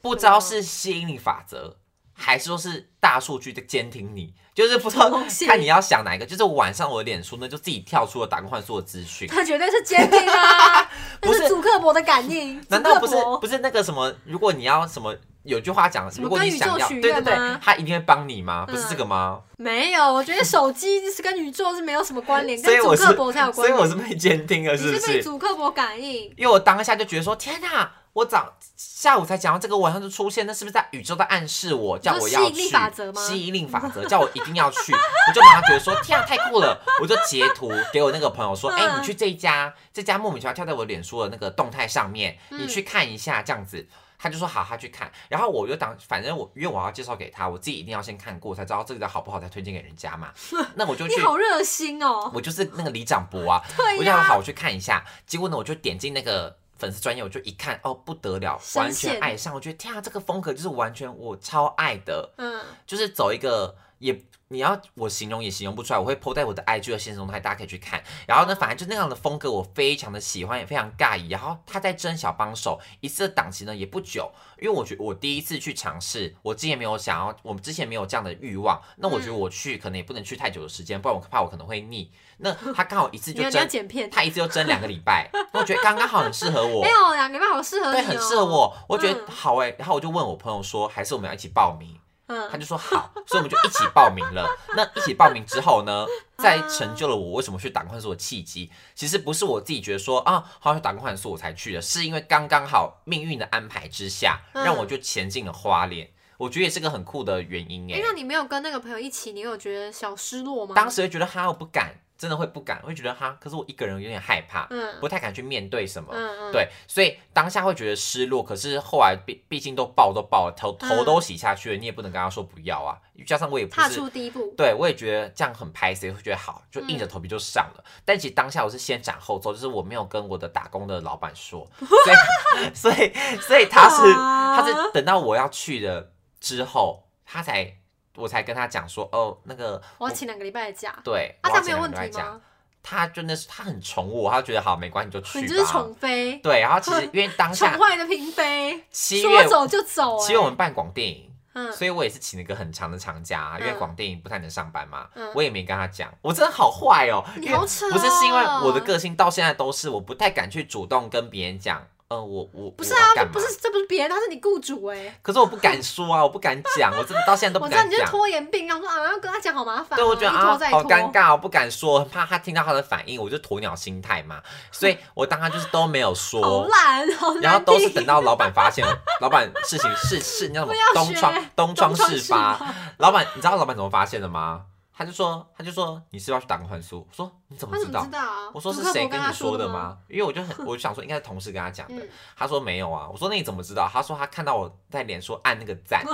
[SPEAKER 1] 不知道是吸引力法则，还是说是大数据在监听你？就是不知道
[SPEAKER 2] 什么东西
[SPEAKER 1] 看你要想哪一个。就是晚上我的脸书呢，就自己跳出了打工换宿的资讯。
[SPEAKER 2] [LAUGHS] 他绝对是监听啊，
[SPEAKER 1] [LAUGHS] 不
[SPEAKER 2] 那
[SPEAKER 1] 是
[SPEAKER 2] 是祖克伯的感应。
[SPEAKER 1] [LAUGHS] 难道
[SPEAKER 2] 祖
[SPEAKER 1] 不
[SPEAKER 2] 克
[SPEAKER 1] 是
[SPEAKER 2] 伯
[SPEAKER 1] 不是那个什么？如果你要什么，有句话讲，
[SPEAKER 2] 什么
[SPEAKER 1] 如果你想要，对
[SPEAKER 2] 跟宇宙许
[SPEAKER 1] 对
[SPEAKER 2] 愿
[SPEAKER 1] 对
[SPEAKER 2] 吗，嗯
[SPEAKER 1] 他一定会帮你吗？不是这个吗？
[SPEAKER 2] 没有，我觉得手机是跟宇宙是没有什么关联，
[SPEAKER 1] 所以
[SPEAKER 2] 跟祖
[SPEAKER 1] 我是
[SPEAKER 2] 克伯才有，关
[SPEAKER 1] 所以
[SPEAKER 2] 联。
[SPEAKER 1] 我是被监听了，是不
[SPEAKER 2] 你是被
[SPEAKER 1] 是？
[SPEAKER 2] 祖克伯感应，
[SPEAKER 1] 因为我当下就觉得说，天哪、我早下午才讲到这个，晚上就出现，那是不是在宇宙在暗示我，叫我要去？
[SPEAKER 2] 吸引力法则吗
[SPEAKER 1] 吸引力法则 [LAUGHS] 叫我一定要去，我就马上觉得说，天啊，太酷了！我就截图给我那个朋友说，
[SPEAKER 2] 嗯
[SPEAKER 1] 哎、你去这一家，这家莫名其妙跳在我脸书的那个动态上面，
[SPEAKER 2] 嗯
[SPEAKER 1] 你去看一下，这样子。他就说好，他去看，然后我就当反正我因为我要介绍给他，我自己一定要先看过才知道这个好不好，才推荐给人家
[SPEAKER 2] [LAUGHS]
[SPEAKER 1] 嘛。那我就去
[SPEAKER 2] 你，好热心哦。
[SPEAKER 1] 我就是那个李长博啊，
[SPEAKER 2] 对
[SPEAKER 1] 我就
[SPEAKER 2] 哎呀、
[SPEAKER 1] 想好，我去看一下。结果呢，我就点进那个粉丝专业，我就一看，哦，不得了，
[SPEAKER 2] 深
[SPEAKER 1] 完全
[SPEAKER 2] 陷
[SPEAKER 1] 爱上。我觉得天啊，这个风格就是完全我超爱的，
[SPEAKER 2] 嗯，
[SPEAKER 1] 就是走一个也你要我形容也形容不出来，我会 PO 在我的 IG 的现实动态，大家可以去看。然后呢，反正就那样的风格，我非常的喜欢，也非常尬意。然后他在争小帮手一次的档期呢也不久，因为我觉得我第一次去尝试，我之前没有想要，我们之前没有这样的欲望。那我觉
[SPEAKER 2] 嗯
[SPEAKER 1] 得我去可能也不能去太久的时间，不然我怕我可能会腻。那他刚好一次
[SPEAKER 2] 你
[SPEAKER 1] 就
[SPEAKER 2] 要你要
[SPEAKER 1] 争
[SPEAKER 2] 剪片，
[SPEAKER 1] 他一次就争两个礼
[SPEAKER 2] [LAUGHS]
[SPEAKER 1] 拜，那我觉得刚刚好很适合我
[SPEAKER 2] 没，有呀，没办法，好适合你、
[SPEAKER 1] 对，
[SPEAKER 2] 哦，
[SPEAKER 1] 很适合。我，我觉得
[SPEAKER 2] 嗯
[SPEAKER 1] 好哎、然后我就问我朋友说，还是我们要一起报名？他
[SPEAKER 2] 嗯，
[SPEAKER 1] 就说好，所以我们就一起报名
[SPEAKER 2] [LAUGHS]
[SPEAKER 1] 了。那一起报名之后呢，
[SPEAKER 2] 嗯
[SPEAKER 1] 再成就了我为什么去打工换宿的契机。其实不是我自己觉得说啊，好像去打工换宿我才去的，是因为刚刚好命运的安排之下，
[SPEAKER 2] 嗯
[SPEAKER 1] 让我就前进了花莲。我觉得也是个很酷的原因哎、
[SPEAKER 2] 哎、那你没有跟那个朋友一起，你有觉得小失落吗？
[SPEAKER 1] 当，时会觉得哈，我不敢，真的会不敢，会觉得哈，可是我一个人有点害怕，
[SPEAKER 2] 嗯
[SPEAKER 1] 不太敢去面对什么。
[SPEAKER 2] 嗯嗯，，
[SPEAKER 1] 对，所以当下会觉得失落，可是后来毕毕竟都爆都爆了，头头都洗下去了，你也不能跟他说不要啊。加上我也不
[SPEAKER 2] 嗯踏
[SPEAKER 1] 是，
[SPEAKER 2] 出嗯第一步，
[SPEAKER 1] 对我也觉得这样很拍谁会觉得好，就硬着头皮就上了。但其实当下我是先斩后奏，就是我没有跟我的打工的老板
[SPEAKER 2] [LAUGHS]
[SPEAKER 1] 说，所以所以所以他是
[SPEAKER 2] 啊
[SPEAKER 1] 他是等到我要去的之后，他才我才跟他讲说，哦，那个
[SPEAKER 2] 我要请两个礼拜的假，
[SPEAKER 1] 对，
[SPEAKER 2] 啊，
[SPEAKER 1] 我要
[SPEAKER 2] 这样没有
[SPEAKER 1] 请
[SPEAKER 2] 问
[SPEAKER 1] 人来
[SPEAKER 2] 题
[SPEAKER 1] 讲
[SPEAKER 2] 吗？
[SPEAKER 1] 他真的是他很宠我，他觉得好没关系你就去吧。
[SPEAKER 2] 哦你就是宠妃，
[SPEAKER 1] 对，然后
[SPEAKER 2] [LAUGHS]
[SPEAKER 1] 其实因为当
[SPEAKER 2] 宠
[SPEAKER 1] 下
[SPEAKER 2] 坏的嫔妃，
[SPEAKER 1] 七
[SPEAKER 2] 说
[SPEAKER 1] 月
[SPEAKER 2] 走就走、
[SPEAKER 1] 七
[SPEAKER 2] 欸，
[SPEAKER 1] 月我们办广电影，
[SPEAKER 2] 嗯，
[SPEAKER 1] 所以我也是请了一个很长的长假，啊因为
[SPEAKER 2] 嗯
[SPEAKER 1] 广电影不太能上班嘛，
[SPEAKER 2] 嗯
[SPEAKER 1] 我也没跟他讲，我真的好坏哦，
[SPEAKER 2] 你
[SPEAKER 1] 因为
[SPEAKER 2] 好扯
[SPEAKER 1] 不是是因为我的
[SPEAKER 2] 哦
[SPEAKER 1] 个性到现在都是我不太敢去主动跟别人讲，嗯、我我
[SPEAKER 2] 不
[SPEAKER 1] 我
[SPEAKER 2] 是
[SPEAKER 1] 要
[SPEAKER 2] 啊，这
[SPEAKER 1] 干嘛
[SPEAKER 2] 不是，这不是别人，他是你雇主哎、
[SPEAKER 1] 可是我不敢说啊，我不敢讲，我真的到现在都
[SPEAKER 2] 我
[SPEAKER 1] 不
[SPEAKER 2] 知道
[SPEAKER 1] 敢
[SPEAKER 2] 你就是
[SPEAKER 1] 讲。
[SPEAKER 2] 拖延病，然后说啊要跟他讲好麻烦哦，
[SPEAKER 1] 对，我觉得
[SPEAKER 2] 一拖
[SPEAKER 1] 啊
[SPEAKER 2] 再，拖，
[SPEAKER 1] 好尴尬哦，不敢说，很怕他听到他的反应，我就鸵鸟心态嘛，所以我当他就是都没有说，
[SPEAKER 2] 好懒，好难
[SPEAKER 1] 哦然后都是
[SPEAKER 2] 听
[SPEAKER 1] 等到老板发现了，老板事情是是那种
[SPEAKER 2] 不要
[SPEAKER 1] 东
[SPEAKER 2] 学
[SPEAKER 1] 窗东窗
[SPEAKER 2] 窗
[SPEAKER 1] 事
[SPEAKER 2] 事 [LAUGHS]
[SPEAKER 1] 发。老板，你知道老板怎么发现的吗？他就说，他就说你是不是要去打工换宿？我说你怎么
[SPEAKER 2] 他
[SPEAKER 1] 知
[SPEAKER 2] 怎么
[SPEAKER 1] 道
[SPEAKER 2] 知？道啊？
[SPEAKER 1] 我说是
[SPEAKER 2] 主客
[SPEAKER 1] 谁
[SPEAKER 2] 服
[SPEAKER 1] 跟
[SPEAKER 2] 他
[SPEAKER 1] 你说
[SPEAKER 2] 的
[SPEAKER 1] 的？吗？因为我就
[SPEAKER 2] [LAUGHS]
[SPEAKER 1] 很，我就想说应该是同事跟他讲的
[SPEAKER 2] 嗯。
[SPEAKER 1] 他说没有啊。我说那你怎么知道？他说他看到我在脸书按那个赞，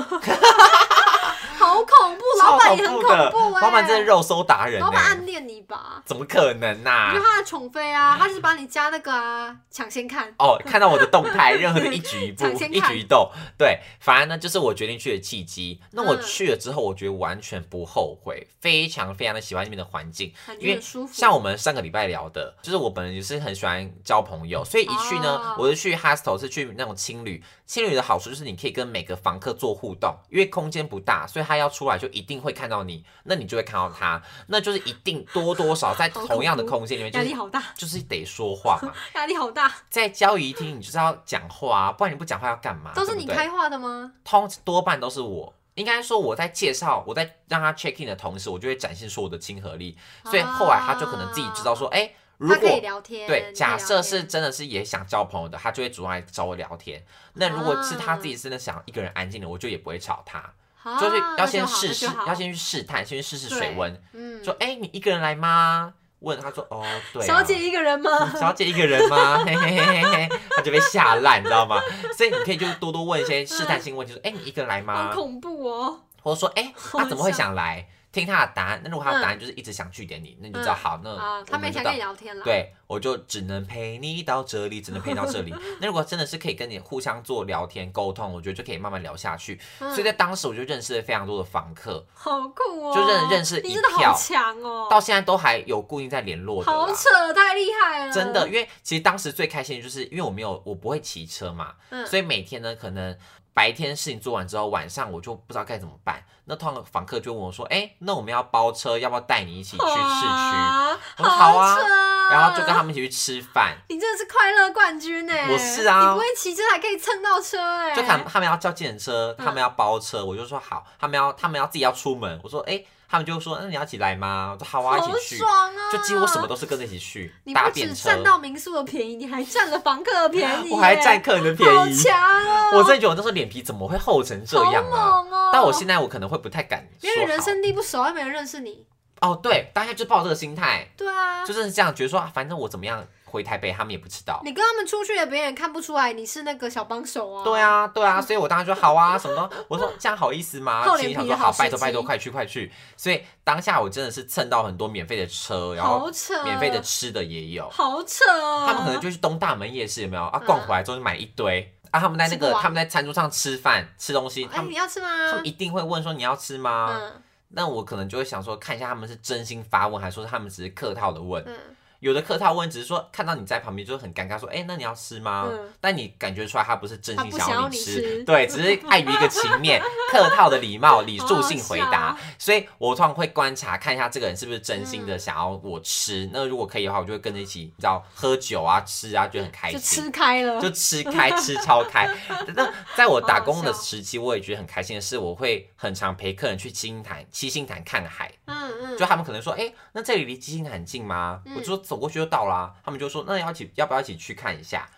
[SPEAKER 2] 好恐怖，
[SPEAKER 1] 超
[SPEAKER 2] [LAUGHS] 老板
[SPEAKER 1] 恐
[SPEAKER 2] 也很
[SPEAKER 1] 怖
[SPEAKER 2] 恐
[SPEAKER 1] 的
[SPEAKER 2] 怖。哎，
[SPEAKER 1] 老板真的肉啊搜达人
[SPEAKER 2] 老板
[SPEAKER 1] 哎，
[SPEAKER 2] 暗恋你吧？
[SPEAKER 1] 怎么可能
[SPEAKER 2] 因
[SPEAKER 1] 呐
[SPEAKER 2] 为？他的宠妃啊，他就是把你加那个啊，抢先看。
[SPEAKER 1] 哦，看到我的动态，任何的一举一步
[SPEAKER 2] [LAUGHS] 抢、先
[SPEAKER 1] 一
[SPEAKER 2] 看
[SPEAKER 1] 举一动，对，反而呢，就是我决定去的契机。那我
[SPEAKER 2] 嗯
[SPEAKER 1] 去了之后，我觉得完全不后悔，非常非常的喜欢那边的环境。
[SPEAKER 2] 感
[SPEAKER 1] 因
[SPEAKER 2] 觉
[SPEAKER 1] 为
[SPEAKER 2] 很舒服，
[SPEAKER 1] 像我们上个礼拜聊的，就是我本人也是很喜欢交朋友，所以一去呢
[SPEAKER 2] 哦，
[SPEAKER 1] 我就去 hostel 是去那种青旅。青旅的好处就是你可以跟每个房客做互动，因为空间不大，所以他要出来就一定会看到你，那你就会看到他，那就是一定多多少在
[SPEAKER 2] 好恐
[SPEAKER 1] 同样的
[SPEAKER 2] 怖
[SPEAKER 1] 空间里面，就
[SPEAKER 2] 压力
[SPEAKER 1] 是啊
[SPEAKER 2] 好大，
[SPEAKER 1] 就是得说话嘛。
[SPEAKER 2] 压力好大，
[SPEAKER 1] 在交易厅，你就是要讲话、啊，不然你不讲话要干嘛？
[SPEAKER 2] 都是你
[SPEAKER 1] 对不对
[SPEAKER 2] 开化的吗？
[SPEAKER 1] 通多半都是我。应该说我在介绍，我在让他 check in 的同时，我就会展现出我的亲和力，所以后来他就可能自己知道说，哎、如
[SPEAKER 2] 啊他可
[SPEAKER 1] 果
[SPEAKER 2] 以聊天，
[SPEAKER 1] 对，假设是
[SPEAKER 2] 真，
[SPEAKER 1] 真的是也想交朋友的，他就会主动来找我聊天。那如果是他自己真的想一个人安静的，我就也不会吵他，
[SPEAKER 2] 啊
[SPEAKER 1] 就是要
[SPEAKER 2] 那
[SPEAKER 1] 先
[SPEAKER 2] 好
[SPEAKER 1] 试试，
[SPEAKER 2] 那就好
[SPEAKER 1] 要先去试探，先去试试水
[SPEAKER 2] 对
[SPEAKER 1] 温，
[SPEAKER 2] 嗯
[SPEAKER 1] 说，哎、你一个人来吗？问他说，哦，对、啊，
[SPEAKER 2] 小姐一个人吗？
[SPEAKER 1] [LAUGHS] 小姐一个人
[SPEAKER 2] [LAUGHS]
[SPEAKER 1] 吗？嘿嘿嘿嘿嘿，他就被吓烂，你知道吗？所以你可以就多多问一些试探性问题，说：“哎、你一个人来
[SPEAKER 2] 好
[SPEAKER 1] 吗
[SPEAKER 2] 恐怖哦！？”
[SPEAKER 1] 或者说：“哎、他怎么会想来？”听他的答案。那如果他的答案就是一直想据点你，那你就知道
[SPEAKER 2] 嗯
[SPEAKER 1] 好，那
[SPEAKER 2] 啊，他
[SPEAKER 1] 我们
[SPEAKER 2] 没
[SPEAKER 1] 就
[SPEAKER 2] 想
[SPEAKER 1] 到
[SPEAKER 2] 跟你聊天了，
[SPEAKER 1] 对，我就只能陪你到这里，只能陪到这里。那如果真的是可以跟你互相做聊天沟通，我觉得就可以慢慢聊下去。
[SPEAKER 2] 嗯
[SPEAKER 1] 所以在当时我就认识了非常多的房客，
[SPEAKER 2] 好酷哦！
[SPEAKER 1] 就认认识
[SPEAKER 2] 你
[SPEAKER 1] 一
[SPEAKER 2] 真的
[SPEAKER 1] 票
[SPEAKER 2] 好强哦，
[SPEAKER 1] 到现在都还有固定在联络的啦。
[SPEAKER 2] 好扯，哦太厉害了，
[SPEAKER 1] 真的，因为其实当时最开心的就是因为我没有我不会骑车嘛，
[SPEAKER 2] 嗯
[SPEAKER 1] 所以每天呢可能白天事情做完之后，晚上我就不知道该怎么办。那通常访客就问我说：“哎、那我们要包车，要不要带你一起去市区
[SPEAKER 2] 哇
[SPEAKER 1] 我说好啊
[SPEAKER 2] 扯？”
[SPEAKER 1] 然后就跟他们一起去吃饭，
[SPEAKER 2] 你真的是快乐冠军哎、
[SPEAKER 1] 我是啊
[SPEAKER 2] 你不会骑车还可以蹭到车哎、
[SPEAKER 1] 就看他们要叫计程车，他们要包车，我就说好。他们要他们要自己要出门，我说：“哎、他们就说：“那你要一起来吗？”我说：“好啊，一
[SPEAKER 2] 好
[SPEAKER 1] 起去。”
[SPEAKER 2] 爽啊！
[SPEAKER 1] 就几乎我什么都是跟着一起去
[SPEAKER 2] 你
[SPEAKER 1] 搭
[SPEAKER 2] 不
[SPEAKER 1] 便
[SPEAKER 2] 只
[SPEAKER 1] 车，
[SPEAKER 2] 占到民宿的便宜，你还占了房客的便宜、
[SPEAKER 1] 我还占
[SPEAKER 2] 占
[SPEAKER 1] 客人的
[SPEAKER 2] 好
[SPEAKER 1] 便宜。
[SPEAKER 2] 强哦！
[SPEAKER 1] 我真的觉得我那时候脸皮怎么会厚成这样啊？
[SPEAKER 2] 好猛哦！
[SPEAKER 1] 但我现在我可能会不太敢说
[SPEAKER 2] 因为
[SPEAKER 1] 好
[SPEAKER 2] 你人生地不熟，又没人认识你，
[SPEAKER 1] 哦，对，当下就抱这个心态，
[SPEAKER 2] 对啊，
[SPEAKER 1] 就是这样，觉得说啊反正我怎么样回台北，他们也不知道。
[SPEAKER 2] 你跟他们出去了，别人也看不出来你是那个小帮手啊。
[SPEAKER 1] 对
[SPEAKER 2] 啊，
[SPEAKER 1] 啊，对啊，所以我当时就好啊，什么都我说这样好意思
[SPEAKER 2] [LAUGHS]
[SPEAKER 1] 吗？
[SPEAKER 2] 厚
[SPEAKER 1] 心里
[SPEAKER 2] 脸
[SPEAKER 1] 想
[SPEAKER 2] 皮
[SPEAKER 1] 说
[SPEAKER 2] 的
[SPEAKER 1] 好，
[SPEAKER 2] 好哦
[SPEAKER 1] 拜托
[SPEAKER 2] 时机
[SPEAKER 1] 拜托，快去快去。所以当下我真的是蹭到很多免费的车，然后
[SPEAKER 2] 好扯，哦
[SPEAKER 1] 免费的吃的也有，
[SPEAKER 2] 好扯哦！
[SPEAKER 1] 他们可能就去东大门夜市有没有啊？逛回来之后就买一堆啊，他们在那
[SPEAKER 2] 吃不
[SPEAKER 1] 个
[SPEAKER 2] 完
[SPEAKER 1] 他们在餐桌上吃饭吃东西，
[SPEAKER 2] 哎、
[SPEAKER 1] 他们
[SPEAKER 2] 你要吃
[SPEAKER 1] 他
[SPEAKER 2] 吗
[SPEAKER 1] 们？一定会问说你要吃吗？
[SPEAKER 2] 嗯
[SPEAKER 1] 那我可能就会想说，看一下他们是真心发问，还是说他们只是客套的问。
[SPEAKER 2] 嗯，
[SPEAKER 1] 有的客套问只是说看到你在旁边就很尴尬，说：“哎、那你要吃吗？”
[SPEAKER 2] 嗯
[SPEAKER 1] 但你感觉出来他不是真心
[SPEAKER 2] 他不想
[SPEAKER 1] 要
[SPEAKER 2] 要你
[SPEAKER 1] 吃，
[SPEAKER 2] 吃
[SPEAKER 1] 对，只是碍于一个情
[SPEAKER 2] [LAUGHS]
[SPEAKER 1] 面，客套的礼貌、礼数性回
[SPEAKER 2] 好
[SPEAKER 1] 答
[SPEAKER 2] 好。哦
[SPEAKER 1] 所以我通常会观察看一下这个人是不是真心的想要我吃。那如果可以的话，我就会跟着一起，你知道，喝酒啊、吃啊，就很开
[SPEAKER 2] 就
[SPEAKER 1] 心。
[SPEAKER 2] 吃开
[SPEAKER 1] [LAUGHS]
[SPEAKER 2] 了，
[SPEAKER 1] 就吃开吃超
[SPEAKER 2] [LAUGHS]
[SPEAKER 1] 开。那在我打工的
[SPEAKER 2] 好好笑
[SPEAKER 1] 时期，我也觉得很开心的是，我会很常陪客人去七星潭、七星潭看海。
[SPEAKER 2] 嗯嗯，
[SPEAKER 1] 就他们可能说，哎、那这里离七星潭很近吗？我就说走过去就到啦。他们就说，那要一起要不要一起去看一下？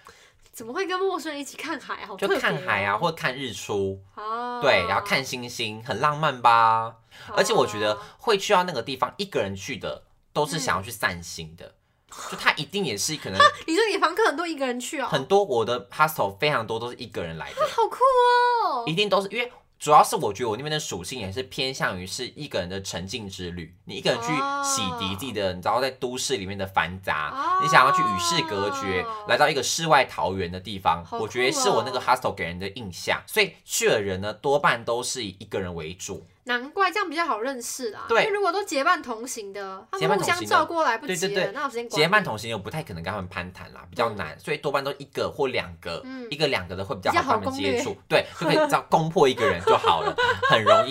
[SPEAKER 2] 怎么会跟陌生人一起看海？好特
[SPEAKER 1] 就
[SPEAKER 2] 别哦
[SPEAKER 1] 看海啊，，或看日出，
[SPEAKER 2] 哦，
[SPEAKER 1] 对，然后看星星，很浪漫吧？
[SPEAKER 2] 哦，嗯
[SPEAKER 1] 而且我觉得会去到那个地方一个人去的，都是想要去散心的。就他一定也是
[SPEAKER 2] [LAUGHS]
[SPEAKER 1] 可能
[SPEAKER 2] 你说你房客很多一个人去哦，
[SPEAKER 1] 很多我的 hostel 非常多都是一个人来的，
[SPEAKER 2] 好酷哦，
[SPEAKER 1] 一定都是因为主要是我觉得我那边的属性也是偏向于是一个人的沉浸之旅，你一个人去洗涤自己的，你知道在都市里面的繁杂
[SPEAKER 2] 哦，
[SPEAKER 1] 你想要去与世隔绝，来到一个世外桃源的地方，
[SPEAKER 2] 好酷哦
[SPEAKER 1] 我觉得是我那个 hostel 给人的印象，所以去的人呢多半都是以一个人为主，
[SPEAKER 2] 难怪这样比较好认识啦。
[SPEAKER 1] 对
[SPEAKER 2] 因为如果都结伴同行的，他
[SPEAKER 1] 结
[SPEAKER 2] 们
[SPEAKER 1] 伴
[SPEAKER 2] 互
[SPEAKER 1] 同
[SPEAKER 2] 相
[SPEAKER 1] 行的
[SPEAKER 2] 照过来不及
[SPEAKER 1] 对
[SPEAKER 2] 了，
[SPEAKER 1] 对对
[SPEAKER 2] 哪有时间管理
[SPEAKER 1] 结伴同行又不太可能跟他们攀谈啦，比较难，所以多半都一个或两个，
[SPEAKER 2] 嗯
[SPEAKER 1] 一个两个的会比较
[SPEAKER 2] 比较
[SPEAKER 1] 好
[SPEAKER 2] 好
[SPEAKER 1] 跟他们
[SPEAKER 2] 攻
[SPEAKER 1] 接
[SPEAKER 2] 略
[SPEAKER 1] 触，对，就
[SPEAKER 2] [LAUGHS]
[SPEAKER 1] 可以这样攻破一个人就好了，很容易，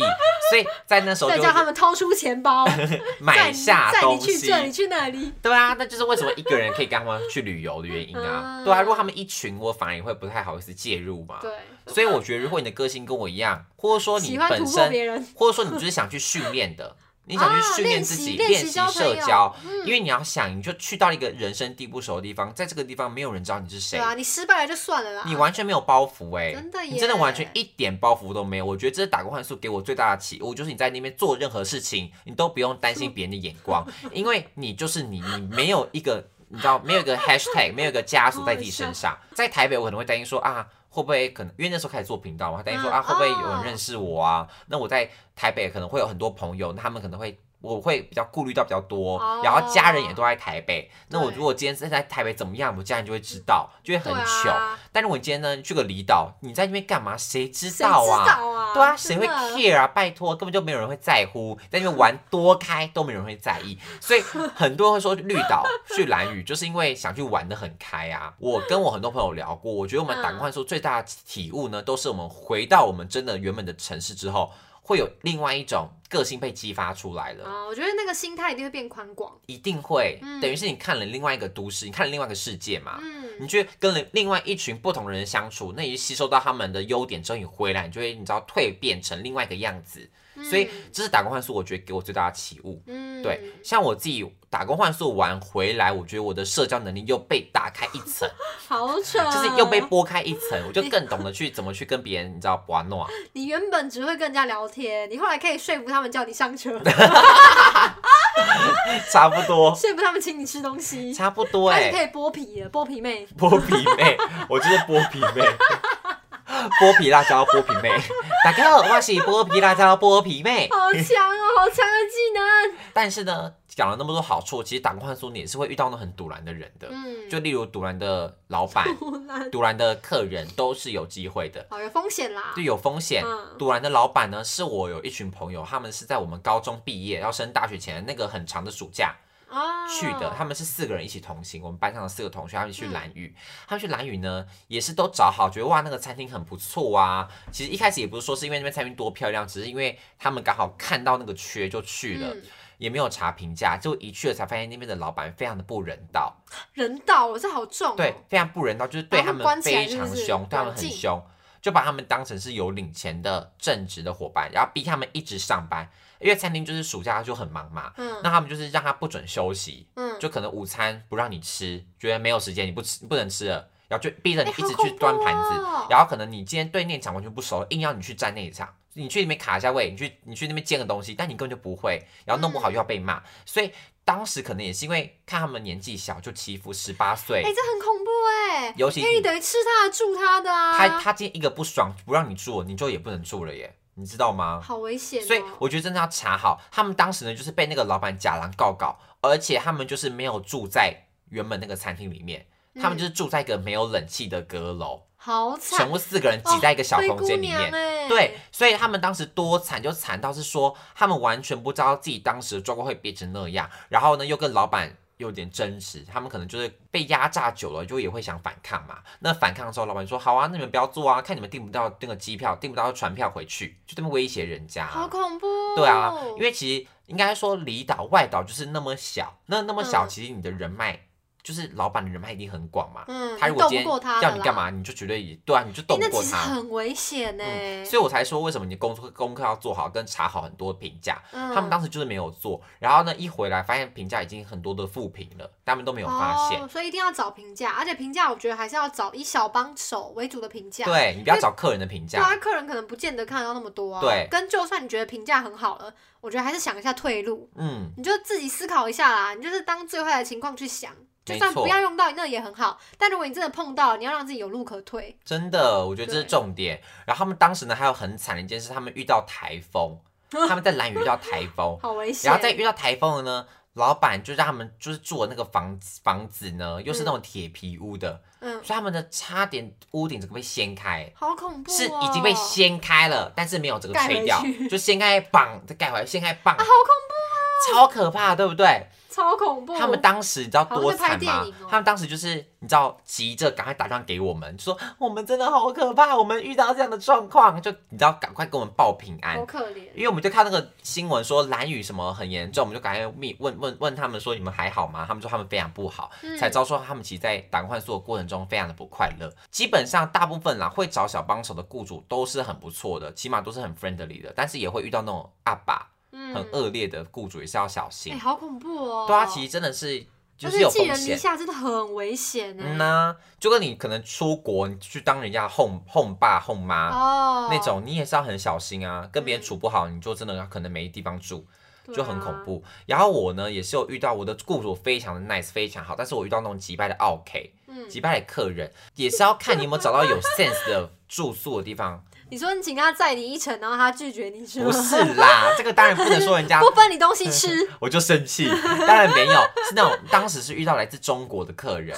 [SPEAKER 1] 所以在那时候
[SPEAKER 2] 再
[SPEAKER 1] 就
[SPEAKER 2] 叫他们掏出钱包
[SPEAKER 1] [LAUGHS] 买下
[SPEAKER 2] 载你
[SPEAKER 1] 东
[SPEAKER 2] 载你去
[SPEAKER 1] 西，
[SPEAKER 2] 这里去那里，
[SPEAKER 1] 对啊，那就是为什么一个人可以跟他们去旅游的原因啊。
[SPEAKER 2] [LAUGHS] 嗯
[SPEAKER 1] 对啊，如果他们一群，我反而也会不太好意思介入嘛。
[SPEAKER 2] 对，
[SPEAKER 1] 所以我觉得，如果你的个性跟我一样，啊或者说你
[SPEAKER 2] 喜欢
[SPEAKER 1] 本
[SPEAKER 2] 突破
[SPEAKER 1] 身，
[SPEAKER 2] 别人，
[SPEAKER 1] 或者说你就是想去训练
[SPEAKER 2] [LAUGHS]
[SPEAKER 1] 的，你想去
[SPEAKER 2] 啊
[SPEAKER 1] 训练
[SPEAKER 2] 练
[SPEAKER 1] 自
[SPEAKER 2] 习
[SPEAKER 1] 己，
[SPEAKER 2] 练
[SPEAKER 1] 练
[SPEAKER 2] 习
[SPEAKER 1] 习
[SPEAKER 2] 交
[SPEAKER 1] 社
[SPEAKER 2] 朋友嗯
[SPEAKER 1] 交，因为你要想，你就去到一个人生地不熟的地方，在这个地方没有人知道你是谁
[SPEAKER 2] 对，啊，你失败了就算了啦，
[SPEAKER 1] 你完全没有包袱哎、
[SPEAKER 2] 真的耶
[SPEAKER 1] 你真的完全一点包袱都没有。我觉得这是打工换宿给我最大的起雾，就是你在那边做任何事情，你都不用担心别人的眼
[SPEAKER 2] [LAUGHS]
[SPEAKER 1] 光，因为你就是你，你没有一个你知道没有一个 hashtag，没有一个枷锁在自己身上。在台北，我可能会担心说啊。会不会可能因为那时候开始做频道嘛，担心说
[SPEAKER 2] 嗯
[SPEAKER 1] 啊会不会有人
[SPEAKER 2] 哦
[SPEAKER 1] 认识我啊？那我在台北可能会有很多朋友，那他们可能会我会比较顾虑到比较多，
[SPEAKER 2] 哦
[SPEAKER 1] 然后家人也都在台北。那我
[SPEAKER 2] 对
[SPEAKER 1] 如果今天是在台北怎么样，我家人就会知道，就会很
[SPEAKER 2] 对
[SPEAKER 1] 糗。
[SPEAKER 2] 啊，
[SPEAKER 1] 但如果你今天呢你去个离岛，你在那边干嘛？谁知
[SPEAKER 2] 谁知
[SPEAKER 1] 道啊？
[SPEAKER 2] 道啊？
[SPEAKER 1] 对啊，谁会
[SPEAKER 2] 真的
[SPEAKER 1] care 啊？拜托，根本就没有人会在乎，在那边玩多开都没有人会在
[SPEAKER 2] [LAUGHS]
[SPEAKER 1] 意，所以很多人会说绿岛去蓝屿，就是因为想去玩的很开啊。我跟我很多朋友聊过，我觉得我们打工换宿最大的体悟呢，都是我们回到我们真的原本的城市之后，会有另外一种个性被激发出来了。
[SPEAKER 2] 啊？我觉得那个心态一定会变宽广，
[SPEAKER 1] 一定会，
[SPEAKER 2] 嗯
[SPEAKER 1] 等于是你看了另外一个都市，你看了另外一个世界嘛，
[SPEAKER 2] 嗯，
[SPEAKER 1] 啊你去跟了另外一群不同人相处，那你吸收到他们的优点之后，你回来，你就会你知道蜕变成另外一个样子。所以这是打工换宿，我觉得给我最大的启悟。
[SPEAKER 2] 嗯，
[SPEAKER 1] 对，像我自己打工换宿完回来，我觉得我的社交能力又被打开一
[SPEAKER 2] [LAUGHS]
[SPEAKER 1] 层，
[SPEAKER 2] 好扯，
[SPEAKER 1] 就是又被剥开一层，我就更懂得去怎么去跟别人，你知道玩
[SPEAKER 2] [LAUGHS]
[SPEAKER 1] 弄啊。
[SPEAKER 2] 你原本只会跟人家聊天，你后来可以说服他们叫你上
[SPEAKER 1] [LAUGHS]
[SPEAKER 2] 车，
[SPEAKER 1] 差不多，
[SPEAKER 2] 说服他们请你吃
[SPEAKER 1] [LAUGHS]
[SPEAKER 2] 东西，
[SPEAKER 1] 差不多
[SPEAKER 2] 开
[SPEAKER 1] 哎、
[SPEAKER 2] 始啊可以剥皮了，剥皮妹。
[SPEAKER 1] 剥皮妹，我就是剥皮
[SPEAKER 2] [LAUGHS]
[SPEAKER 1] 妹， [LAUGHS] 剥皮辣椒，剥皮妹，大家好，我是剥皮辣椒，剥皮妹。
[SPEAKER 2] 好强哦！
[SPEAKER 1] [LAUGHS]
[SPEAKER 2] 好强的技能。
[SPEAKER 1] 但是呢，讲了那么多好处，其实打工换宿你也是会遇到那很堵然的人的，
[SPEAKER 2] 嗯，
[SPEAKER 1] 就例如堵然的老
[SPEAKER 2] [LAUGHS]
[SPEAKER 1] 板、堵然的客人都是有机会的。
[SPEAKER 2] 好有风险啦
[SPEAKER 1] 就。有风险
[SPEAKER 2] 嗯。
[SPEAKER 1] 堵然的老板呢，是我有一群朋友，他们是在我们高中毕业要升大学前的那个很长的暑假，
[SPEAKER 2] 啊，
[SPEAKER 1] 去的，他们是四个人一起同行，我们班上的四个同学，他们去
[SPEAKER 2] 嗯
[SPEAKER 1] 蓝屿，他们去蓝屿呢，也是都找好，觉得哇那个餐厅很不错啊。其实一开始也不是说是因为那边餐厅多漂亮，只是因为他们刚好看到那个缺就去了，
[SPEAKER 2] 嗯
[SPEAKER 1] 也没有查评价，就一去了才发现那边的老板非常的不人道，
[SPEAKER 2] 人道，我这好重哦。
[SPEAKER 1] 对，非常不人道，就是对
[SPEAKER 2] 把他
[SPEAKER 1] 他
[SPEAKER 2] 们关
[SPEAKER 1] 们
[SPEAKER 2] 起来
[SPEAKER 1] 非
[SPEAKER 2] 是不
[SPEAKER 1] 常
[SPEAKER 2] 是
[SPEAKER 1] 凶，对他们
[SPEAKER 2] 软
[SPEAKER 1] 很
[SPEAKER 2] 禁
[SPEAKER 1] 凶，就把他们当成是有领钱的正职的伙伴，然后逼他们一直上班，因为餐厅就是暑假就很忙嘛，
[SPEAKER 2] 嗯
[SPEAKER 1] 那他们就是让他不准休息。
[SPEAKER 2] 嗯，
[SPEAKER 1] 就可能午餐不让你吃，觉得没有时间，你不吃你不能吃了，然后就逼着你
[SPEAKER 2] 哎
[SPEAKER 1] 一
[SPEAKER 2] 好
[SPEAKER 1] 直
[SPEAKER 2] 恐
[SPEAKER 1] 去端
[SPEAKER 2] 怖
[SPEAKER 1] 盘子，
[SPEAKER 2] 哦
[SPEAKER 1] 然后可能你今天对那场完全不熟，硬要你去站那一场，你去那边卡一下位，你去你去那边煎个东西，但你根本就不会，然后弄不好又要被骂，所以当时可能也是因为看他们年纪小就欺负十八岁
[SPEAKER 2] 哎、，这很恐怖哎、
[SPEAKER 1] 尤其
[SPEAKER 2] 因为你等于吃他的住他的啊，
[SPEAKER 1] 他他今天一个不爽不让你住，你就也不能住了耶，你知道吗？
[SPEAKER 2] 好危险、哦。
[SPEAKER 1] 所以我觉得真的要查好，他们当时呢就是被那个老板假狼告告，而且他们就是没有住在原本那个餐厅里面，他们就是住在一个没有冷气的阁楼，
[SPEAKER 2] 好
[SPEAKER 1] 全
[SPEAKER 2] 嗯惨，哦
[SPEAKER 1] 部四个人挤在一个小空间里
[SPEAKER 2] 灰姑娘
[SPEAKER 1] 面。
[SPEAKER 2] 哎
[SPEAKER 1] 对，，所以他们当时多惨，就惨到是说他们完全不知道自己当时的状况会变成那样，然后呢又跟老板有点争执，他们可能就是被压榨久了，就也会想反抗嘛。那反抗之后，老板说好啊，那你们不要做啊，看你们订不到那个机票，订不到船票回去，就这么威胁人家啊、
[SPEAKER 2] 好恐怖、哦。
[SPEAKER 1] 对啊，因为其实应该说离岛外岛就是那么小，那那么小，
[SPEAKER 2] 嗯
[SPEAKER 1] 其实你的人脉、就是老板的人脉一定很广嘛。
[SPEAKER 2] 嗯，
[SPEAKER 1] 他
[SPEAKER 2] 你
[SPEAKER 1] 如果
[SPEAKER 2] 斗
[SPEAKER 1] 今
[SPEAKER 2] 不过他
[SPEAKER 1] 天
[SPEAKER 2] 的
[SPEAKER 1] 要你干
[SPEAKER 2] 啦？
[SPEAKER 1] 嘛，你就绝对也对啊，你就
[SPEAKER 2] 哎
[SPEAKER 1] 斗不
[SPEAKER 2] 那
[SPEAKER 1] 过
[SPEAKER 2] 其实
[SPEAKER 1] 他。
[SPEAKER 2] 很欸危险呢、
[SPEAKER 1] 嗯，所以我才说为什么你工作功课要做好，跟查好很多评价。
[SPEAKER 2] 嗯
[SPEAKER 1] 他们当时就是没有做，然后呢一回来发现评价已经很多的负评了，他们都没有发现。
[SPEAKER 2] 哦，所以一定要找评价，而且评价我觉得还是要找以小帮手为主的评价。
[SPEAKER 1] 对你不要找客人的评
[SPEAKER 2] 对啊，
[SPEAKER 1] 价，
[SPEAKER 2] 客人可能不见得看得到那么多啊。
[SPEAKER 1] 对
[SPEAKER 2] 跟就算你觉得评价很好了，我觉得还是想一下退路，
[SPEAKER 1] 嗯，
[SPEAKER 2] 你就自己思考一下啦。你就是当最坏的情况去想，就
[SPEAKER 1] 没
[SPEAKER 2] 算
[SPEAKER 1] 错
[SPEAKER 2] 不要用到你那也很好。但如果你真的碰到，你要让自己有路可退。
[SPEAKER 1] 真的，我觉得这是
[SPEAKER 2] 对
[SPEAKER 1] 重点。然后他们当时呢还有很惨的一件事，他们遇到台
[SPEAKER 2] [LAUGHS]
[SPEAKER 1] 风，他们在兰屿遇到台风，
[SPEAKER 2] 好危险！
[SPEAKER 1] 然后再遇到台风了呢，老板就让他们就是住的那个房子房子呢，又是那种铁皮屋的，
[SPEAKER 2] 嗯，
[SPEAKER 1] 所以他们的差点屋顶整个被掀开，
[SPEAKER 2] 好恐怖、哦，
[SPEAKER 1] 是已经被掀开了，但是没有整个
[SPEAKER 2] 盖
[SPEAKER 1] 吹
[SPEAKER 2] 回
[SPEAKER 1] 掉
[SPEAKER 2] 去，
[SPEAKER 1] 就掀开绑再盖回来，掀开绑
[SPEAKER 2] 啊，好，恐
[SPEAKER 1] 超可怕，对不对？
[SPEAKER 2] 怖，超恐怖。
[SPEAKER 1] 他们当时你知道
[SPEAKER 2] 好像
[SPEAKER 1] 多
[SPEAKER 2] 在拍
[SPEAKER 1] 惨吗
[SPEAKER 2] 电影哦？
[SPEAKER 1] 他们当时就是你知道急着赶快打电话给我们，就说我们真的好可怕，我们遇到这样的状况，就你知道赶快给我们报平安
[SPEAKER 2] 好。可怜，
[SPEAKER 1] 因为我们就看那个新闻说蓝雨什么很严重，我们就赶快密问问问他们说你们还好吗？他们说他们非常不好，
[SPEAKER 2] 嗯
[SPEAKER 1] 才知道说他们其实在打工换宿的过程中非常的不快乐。基本上大部分啦会找小帮手的雇主都是很不错的，起码都是很 friendly 的，但是也会遇到那种阿爸
[SPEAKER 2] 嗯
[SPEAKER 1] 很恶劣的雇主，也是要小
[SPEAKER 2] 哎、
[SPEAKER 1] 心。
[SPEAKER 2] 好恐怖哦。
[SPEAKER 1] 对啊，其实真的是就
[SPEAKER 2] 但
[SPEAKER 1] 是有
[SPEAKER 2] 寄
[SPEAKER 1] 风
[SPEAKER 2] 人篱
[SPEAKER 1] 险。
[SPEAKER 2] 下真的很危险哎、
[SPEAKER 1] 嗯呐、就跟你可能出国你去当人家的 home home 爸 home 妈、
[SPEAKER 2] 哦，
[SPEAKER 1] 那种，你也是要很小心啊。跟别人
[SPEAKER 2] 嗯
[SPEAKER 1] 处不好，你就真的可能没地方住。
[SPEAKER 2] 对啊
[SPEAKER 1] 就很恐。怖。然后我呢，也是有遇到我的雇主非常的 nice，非常好，但是我遇到那种击败的 OK，
[SPEAKER 2] 嗯，
[SPEAKER 1] 击败的客人，也是要看你有没有找到有 sense 的住宿的地
[SPEAKER 2] [LAUGHS]
[SPEAKER 1] 方。
[SPEAKER 2] 你说你请他载你一程，然后他拒绝你是
[SPEAKER 1] 不
[SPEAKER 2] 吗？[LAUGHS]
[SPEAKER 1] 是啦，这个当然不能说人家
[SPEAKER 2] 不分你东西
[SPEAKER 1] [LAUGHS]
[SPEAKER 2] 吃，
[SPEAKER 1] 我就生气，当然没有，是那种当时是遇到来自中国的客
[SPEAKER 2] [LAUGHS]
[SPEAKER 1] 人。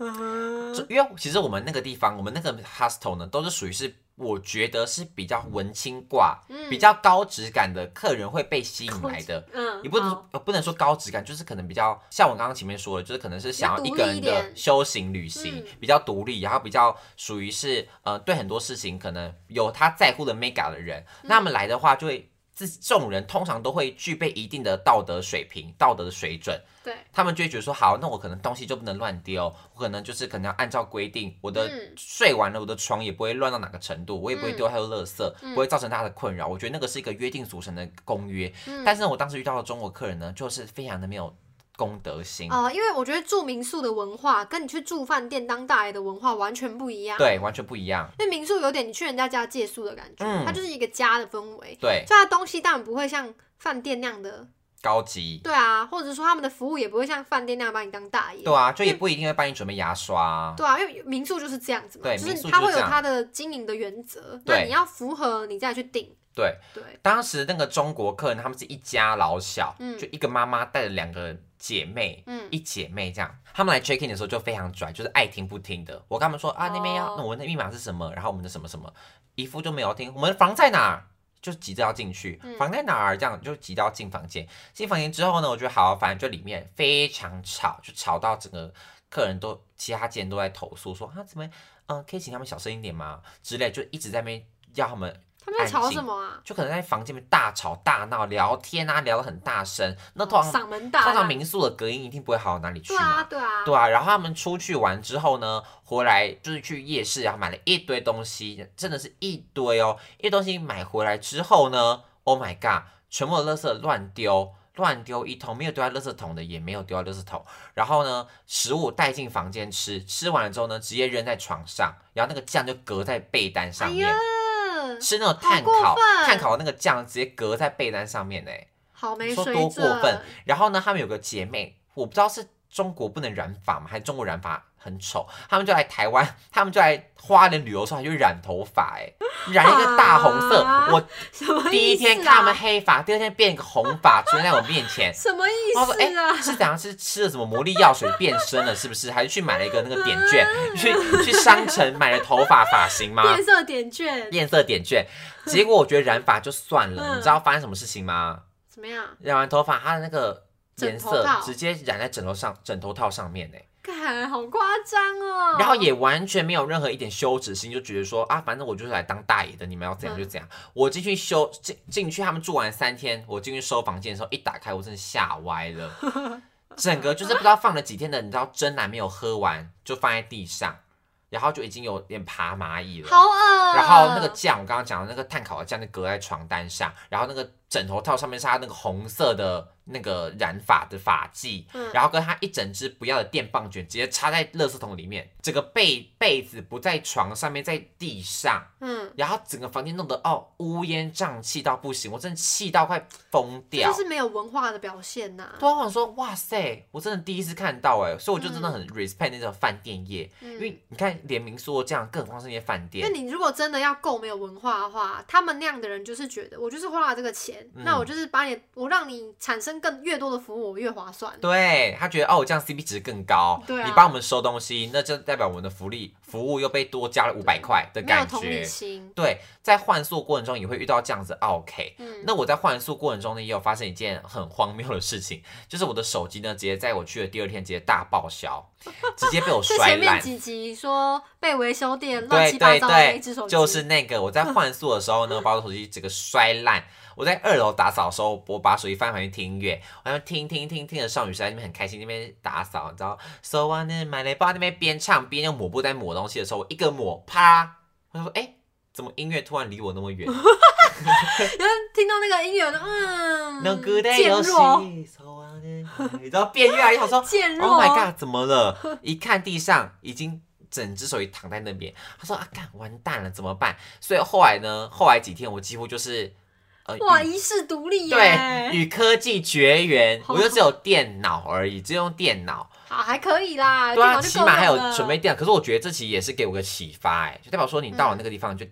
[SPEAKER 2] 嗯
[SPEAKER 1] 就因为其实我们那个地方，我们那个 hostel 呢，都是属于是我觉得是比较文青挂、
[SPEAKER 2] 嗯
[SPEAKER 1] 比较高质感的客人会被吸引来的。
[SPEAKER 2] 嗯，
[SPEAKER 1] 也不能
[SPEAKER 2] 好
[SPEAKER 1] 说呃不能说高质感，就是可能比较像我刚刚前面说的，就是可能是想要
[SPEAKER 2] 比
[SPEAKER 1] 一
[SPEAKER 2] 较独
[SPEAKER 1] 个
[SPEAKER 2] 立一
[SPEAKER 1] 人的
[SPEAKER 2] 点
[SPEAKER 1] 修行旅行，
[SPEAKER 2] 嗯
[SPEAKER 1] 比较独立，然后比较属于是呃对很多事情可能有他在乎的 mega 的人，那
[SPEAKER 2] 嗯
[SPEAKER 1] 他们来的话就会。自这种人通常都会具备一定的道德水平、道德的水准，
[SPEAKER 2] 对，
[SPEAKER 1] 他们就会觉得说，好，那我可能东西就不能乱丢，我可能就是可能要按照规定，我的
[SPEAKER 2] 嗯
[SPEAKER 1] 睡完了，我的床也不会乱到哪个程度，我也不会
[SPEAKER 2] 嗯
[SPEAKER 1] 丢太多垃圾，不会造成他的困扰。我觉得那个是一个约定俗成的公约，
[SPEAKER 2] 嗯
[SPEAKER 1] 但是呢我当时遇到的中国客人呢，就是非常的没有公德心，
[SPEAKER 2] 哦、因为我觉得住民宿的文化跟你去住饭店当大爷的文化完全不一样。，
[SPEAKER 1] 对，完全不一样，
[SPEAKER 2] 因为民宿有点你去人家家借宿的感觉，
[SPEAKER 1] 嗯
[SPEAKER 2] 它就是一个家的氛围，
[SPEAKER 1] 对
[SPEAKER 2] 所以它东西当然不会像饭店那样的
[SPEAKER 1] 高级。
[SPEAKER 2] 对啊，或者说他们的服务也不会像饭店那样把你当大爷。
[SPEAKER 1] 对啊，就
[SPEAKER 2] 嗯
[SPEAKER 1] 也不一定会帮你准备牙刷啊。
[SPEAKER 2] 对啊，因为民宿就是这样子嘛，
[SPEAKER 1] 对
[SPEAKER 2] 就
[SPEAKER 1] 民
[SPEAKER 2] 是
[SPEAKER 1] 宿
[SPEAKER 2] 它
[SPEAKER 1] 就
[SPEAKER 2] 会
[SPEAKER 1] 是
[SPEAKER 2] 有
[SPEAKER 1] 这样
[SPEAKER 2] 它的经营的原则，那
[SPEAKER 1] 对
[SPEAKER 2] 你要符合，你再去定。
[SPEAKER 1] 对，
[SPEAKER 2] 对，
[SPEAKER 1] 当时那个中国客人他们是一家老小，
[SPEAKER 2] 嗯
[SPEAKER 1] 就一个妈妈带着两个姐妹，
[SPEAKER 2] 嗯，
[SPEAKER 1] 一姐妹这样，他们来 check in 的时候就非常拽，就是爱听不听的。我跟他们说啊，那边要
[SPEAKER 2] 哦
[SPEAKER 1] 那我们的密码是什么，然后我们的什么什么，一副就没有听。我们房在哪儿？就急着要进去，
[SPEAKER 2] 嗯
[SPEAKER 1] 房在哪儿？这样就急着要进房间。进房间之后呢，我觉得好，反正就里面非常吵，就吵到整个客人都其他间都在投诉说啊，怎么嗯、呃可以请他们小声一点吗？之类，就一直在那边要他们
[SPEAKER 2] 他们在
[SPEAKER 1] 安
[SPEAKER 2] 吵
[SPEAKER 1] 静
[SPEAKER 2] 什么啊？
[SPEAKER 1] 就可能在房间里面大吵大闹、聊天啊，聊得很大声。那通常、
[SPEAKER 2] 嗓门哦大，
[SPEAKER 1] 通常民宿的隔音一定不会好到哪里去
[SPEAKER 2] 对
[SPEAKER 1] 嘛。
[SPEAKER 2] 啊，对啊，
[SPEAKER 1] 对啊，然后他们出去玩之后呢，回来就是去夜市，然后买了一堆东西，真的是一堆哦，一堆东西买回来之后呢，Oh my god，全部的垃圾乱丢，乱丢一通，没有丢在垃圾桶的，也没有丢在垃圾桶。然后呢，食物带进房间吃，吃完了之后呢，直接扔在床上，然后那个酱就隔在被单上
[SPEAKER 2] 哎
[SPEAKER 1] 面，
[SPEAKER 2] 呀，
[SPEAKER 1] 吃那种
[SPEAKER 2] 好
[SPEAKER 1] 碳
[SPEAKER 2] 过
[SPEAKER 1] 烤
[SPEAKER 2] 分
[SPEAKER 1] 碳烤的那个酱直接隔在被单上面呢、
[SPEAKER 2] 好没
[SPEAKER 1] 你说
[SPEAKER 2] 水
[SPEAKER 1] 多
[SPEAKER 2] 准
[SPEAKER 1] 过分。然后呢，他们有个姐妹，我不知道是中国不能染发吗，还是中国染发很丑，他们就来台湾，他们就来花莲旅游的时候，还去染头发、哎，染一个大红色。
[SPEAKER 2] 啊
[SPEAKER 1] 我
[SPEAKER 2] 什
[SPEAKER 1] [LAUGHS]
[SPEAKER 2] 么
[SPEAKER 1] 第一
[SPEAKER 2] 意
[SPEAKER 1] 天
[SPEAKER 2] 思
[SPEAKER 1] 看他们
[SPEAKER 2] 啊
[SPEAKER 1] 黑发，第二天变一个红发，出现在我面前。
[SPEAKER 2] 什么意
[SPEAKER 1] 他说：“哎、
[SPEAKER 2] 思啊？
[SPEAKER 1] 是怎样？是吃了什么魔力药水变身了，是不是？还是去买了一个那个点券，去去商城买了头发发型吗？
[SPEAKER 2] 嗯变色点券
[SPEAKER 1] 变色点券。结果我觉得染发就算了，
[SPEAKER 2] 嗯
[SPEAKER 1] 你知道发生什么事情吗？
[SPEAKER 2] 怎么样？
[SPEAKER 1] 染完头发，它的那个颜
[SPEAKER 2] 枕头
[SPEAKER 1] 色
[SPEAKER 2] 套
[SPEAKER 1] 直接染在枕头上、枕头套上面呢、欸
[SPEAKER 2] 看，好夸张哦。
[SPEAKER 1] 然后也完全没有任何一点羞耻心，就觉得说啊，反正我就是来当大爷的，你们要怎样就怎样。我进去修进进去，他们住完三天，我进去收房间的时候，一打开我真的吓歪了，
[SPEAKER 2] [LAUGHS]
[SPEAKER 1] 整个就是不知道放了几天的，你知道真奶没有喝完就放在地上，然后就已经有点爬蚂蚁了。
[SPEAKER 2] 好恶。
[SPEAKER 1] 然后
[SPEAKER 2] 嗯
[SPEAKER 1] 那个酱，我刚刚讲的那个碳烤的酱就隔在床单上，然后那个枕头套上面是它那个红色的那个染发的发髻，
[SPEAKER 2] 嗯
[SPEAKER 1] 然后跟它一整只不要的电棒卷直接插在垃圾桶里面，整个被被子不在床上面，在地上，
[SPEAKER 2] 嗯，
[SPEAKER 1] 然后整个房间弄得哦乌烟瘴气到不行，我真的气到快疯
[SPEAKER 2] 这
[SPEAKER 1] 掉
[SPEAKER 2] 就。是没有文化的表现呐。
[SPEAKER 1] 对啊，我想说，哇塞，我真的第一次看到哎、所以我就真
[SPEAKER 2] 嗯
[SPEAKER 1] 的很 respect 那种饭店业，因为你看连民宿都这样，更何况是那些饭
[SPEAKER 2] 因
[SPEAKER 1] 店
[SPEAKER 2] 为。你如果真的要够没有文化的话，他们那样的人就是觉得我就是花了这个钱，那
[SPEAKER 1] 嗯
[SPEAKER 2] 我就是把你我让你产生更越多的服务，我越划算。
[SPEAKER 1] 对他觉得哦，这样 CP 值更高，
[SPEAKER 2] 对啊
[SPEAKER 1] 你帮我们收东西，那就代表我们的福利服务又被多加了五百块的
[SPEAKER 2] 没有
[SPEAKER 1] 感
[SPEAKER 2] 同理
[SPEAKER 1] 觉。
[SPEAKER 2] 心。
[SPEAKER 1] 对，在换宿过程中也会遇到这样子 OK。
[SPEAKER 2] 嗯，
[SPEAKER 1] 那我在换宿过程中呢，也有发生一件很荒谬的事情，就是我的手机呢，直接在我去的第二天直接大报销，直接被
[SPEAKER 2] [LAUGHS]
[SPEAKER 1] 我
[SPEAKER 2] 是
[SPEAKER 1] 摔
[SPEAKER 2] 前面
[SPEAKER 1] 烂。
[SPEAKER 2] 几集说被维修店乱
[SPEAKER 1] 对
[SPEAKER 2] 七八
[SPEAKER 1] 对
[SPEAKER 2] 糟的那一
[SPEAKER 1] 对
[SPEAKER 2] 只手，机，
[SPEAKER 1] 就是那个我在换宿的时
[SPEAKER 2] [LAUGHS]
[SPEAKER 1] 候呢，把我手机整个摔烂。我在二楼打扫的时候，我把手机翻回去听音乐，我在听听听听着少女时代那边很开心，那边打扫，你知道，So I n e my l a b o 那边边唱边用抹布在抹东西的时候，我一个抹，啪，我就说，哎、怎么音乐突然离我那么
[SPEAKER 2] [LAUGHS]
[SPEAKER 1] 远
[SPEAKER 2] 然后听到那个音乐，嗯，
[SPEAKER 1] ？No good day，
[SPEAKER 2] 渐
[SPEAKER 1] 游戏
[SPEAKER 2] 弱，
[SPEAKER 1] ，So I n e 你知道变越来越好，说
[SPEAKER 2] 渐弱。
[SPEAKER 1] Oh
[SPEAKER 2] [LAUGHS]
[SPEAKER 1] my god，怎么了？一看地上已经整只手机躺在那边，他说啊，干完蛋了，怎么办？所以后来呢，后来几天我几乎就是呃，
[SPEAKER 2] 哇，
[SPEAKER 1] 与
[SPEAKER 2] 一世独立耶！
[SPEAKER 1] 对，与科技绝缘，
[SPEAKER 2] 好
[SPEAKER 1] 我就只有电脑而已，只用电
[SPEAKER 2] [LAUGHS]
[SPEAKER 1] 脑。
[SPEAKER 2] 好，还可以啦，
[SPEAKER 1] 对啊，
[SPEAKER 2] 电脑就
[SPEAKER 1] 起
[SPEAKER 2] 够
[SPEAKER 1] 码还
[SPEAKER 2] 用
[SPEAKER 1] 有
[SPEAKER 2] 了嗯
[SPEAKER 1] 准备电脑。可是我觉得这期也是给我个启发、哎，就代表说你到了那个地方就、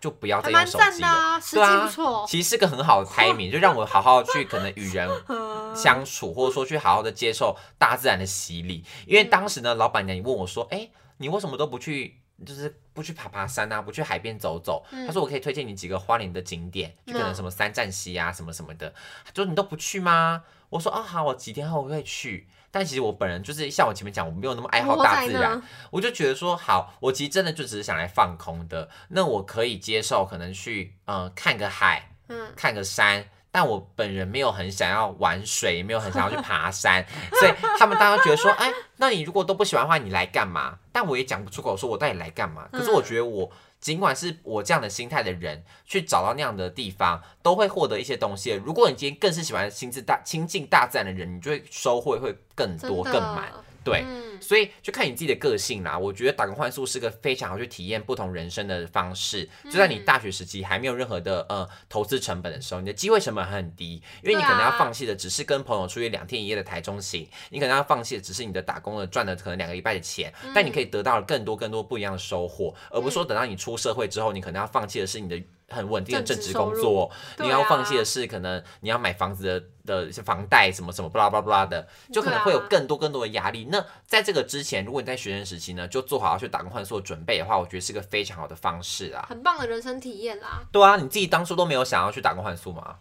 [SPEAKER 1] 就不要
[SPEAKER 2] 还
[SPEAKER 1] 再
[SPEAKER 2] 蛮
[SPEAKER 1] 用手
[SPEAKER 2] 赞
[SPEAKER 1] 机
[SPEAKER 2] 的
[SPEAKER 1] 了。
[SPEAKER 2] 啊，时
[SPEAKER 1] 对
[SPEAKER 2] 机
[SPEAKER 1] 啊
[SPEAKER 2] 不错。
[SPEAKER 1] 其实是个很
[SPEAKER 2] [LAUGHS]
[SPEAKER 1] 好的 timing，就让我好好去可能与人
[SPEAKER 2] 嗯，
[SPEAKER 1] 相处，或者说去好好的接受大自然的洗礼。因为当时呢，老板娘也问我说：“哎、你为什么都不去，就是不去爬爬山啊，不去海边走走？”
[SPEAKER 2] 嗯
[SPEAKER 1] 她说：“我可以推荐你几个花莲的景点，就可能
[SPEAKER 2] 嗯
[SPEAKER 1] 什么三站溪啊，什么什么的。”她说：“你都不去吗？”我说：“啊，好，我几天后会去。”但其实我本人就是像我前面讲，我没有那么爱好
[SPEAKER 2] 窝
[SPEAKER 1] 大
[SPEAKER 2] 在
[SPEAKER 1] 自
[SPEAKER 2] 那
[SPEAKER 1] 然，我就觉得说，好，我其实真的就只是想来放空的。那我可以接受，可能去呃看个海，
[SPEAKER 2] 嗯，
[SPEAKER 1] 看个山，但我本人没有很想要玩水，也没有很
[SPEAKER 2] [LAUGHS]
[SPEAKER 1] 想要去爬山，所以他们当然觉得说，哎，那你如果都不喜欢的话，你来干嘛？但我也讲不出口，说我到底来干嘛？可
[SPEAKER 2] 嗯
[SPEAKER 1] 是我觉得我。尽管是我这样的心态的人，去找到那样的地方，都会获得一些东西。如果你今天更是喜欢亲自大亲近大自然的人，你就会收获会更
[SPEAKER 2] 真
[SPEAKER 1] 多
[SPEAKER 2] 的
[SPEAKER 1] 更满。对，
[SPEAKER 2] 嗯，
[SPEAKER 1] 所以就看你自己的个性啦。我觉得打工换宿是个非常好去体验不同人生的方式。就在你
[SPEAKER 2] 嗯
[SPEAKER 1] 大学时期还没有任何的呃投资成本的时候，你的机会成本很低，因为你
[SPEAKER 2] 对
[SPEAKER 1] 可能要
[SPEAKER 2] 啊
[SPEAKER 1] 放弃的只是跟朋友出去两天一夜的台中行，你可能要放弃的只是你的打工的赚的可能两个礼拜的钱，
[SPEAKER 2] 嗯
[SPEAKER 1] 但你可以得到更多更多不一样的收获，而不是说等到你出社会之后，你可能要放弃的是你的。很稳定的
[SPEAKER 2] 正
[SPEAKER 1] 正
[SPEAKER 2] 职
[SPEAKER 1] 职
[SPEAKER 2] 收
[SPEAKER 1] 工
[SPEAKER 2] 入
[SPEAKER 1] 作，你
[SPEAKER 2] 对
[SPEAKER 1] 要放弃
[SPEAKER 2] 啊
[SPEAKER 1] 的是可能你要买房子的的一些房贷什么什么巴拉巴拉巴拉的，就可能会有
[SPEAKER 2] 对啊
[SPEAKER 1] 更多更多的压力。那在这个之前，如果你在学生时期呢，就做好要去打工换宿的准备的话，我觉得是个非常好的方式啊。
[SPEAKER 2] 很棒的人生体验啦。
[SPEAKER 1] 对啊，你自己当初都没有想要去打工换宿吗？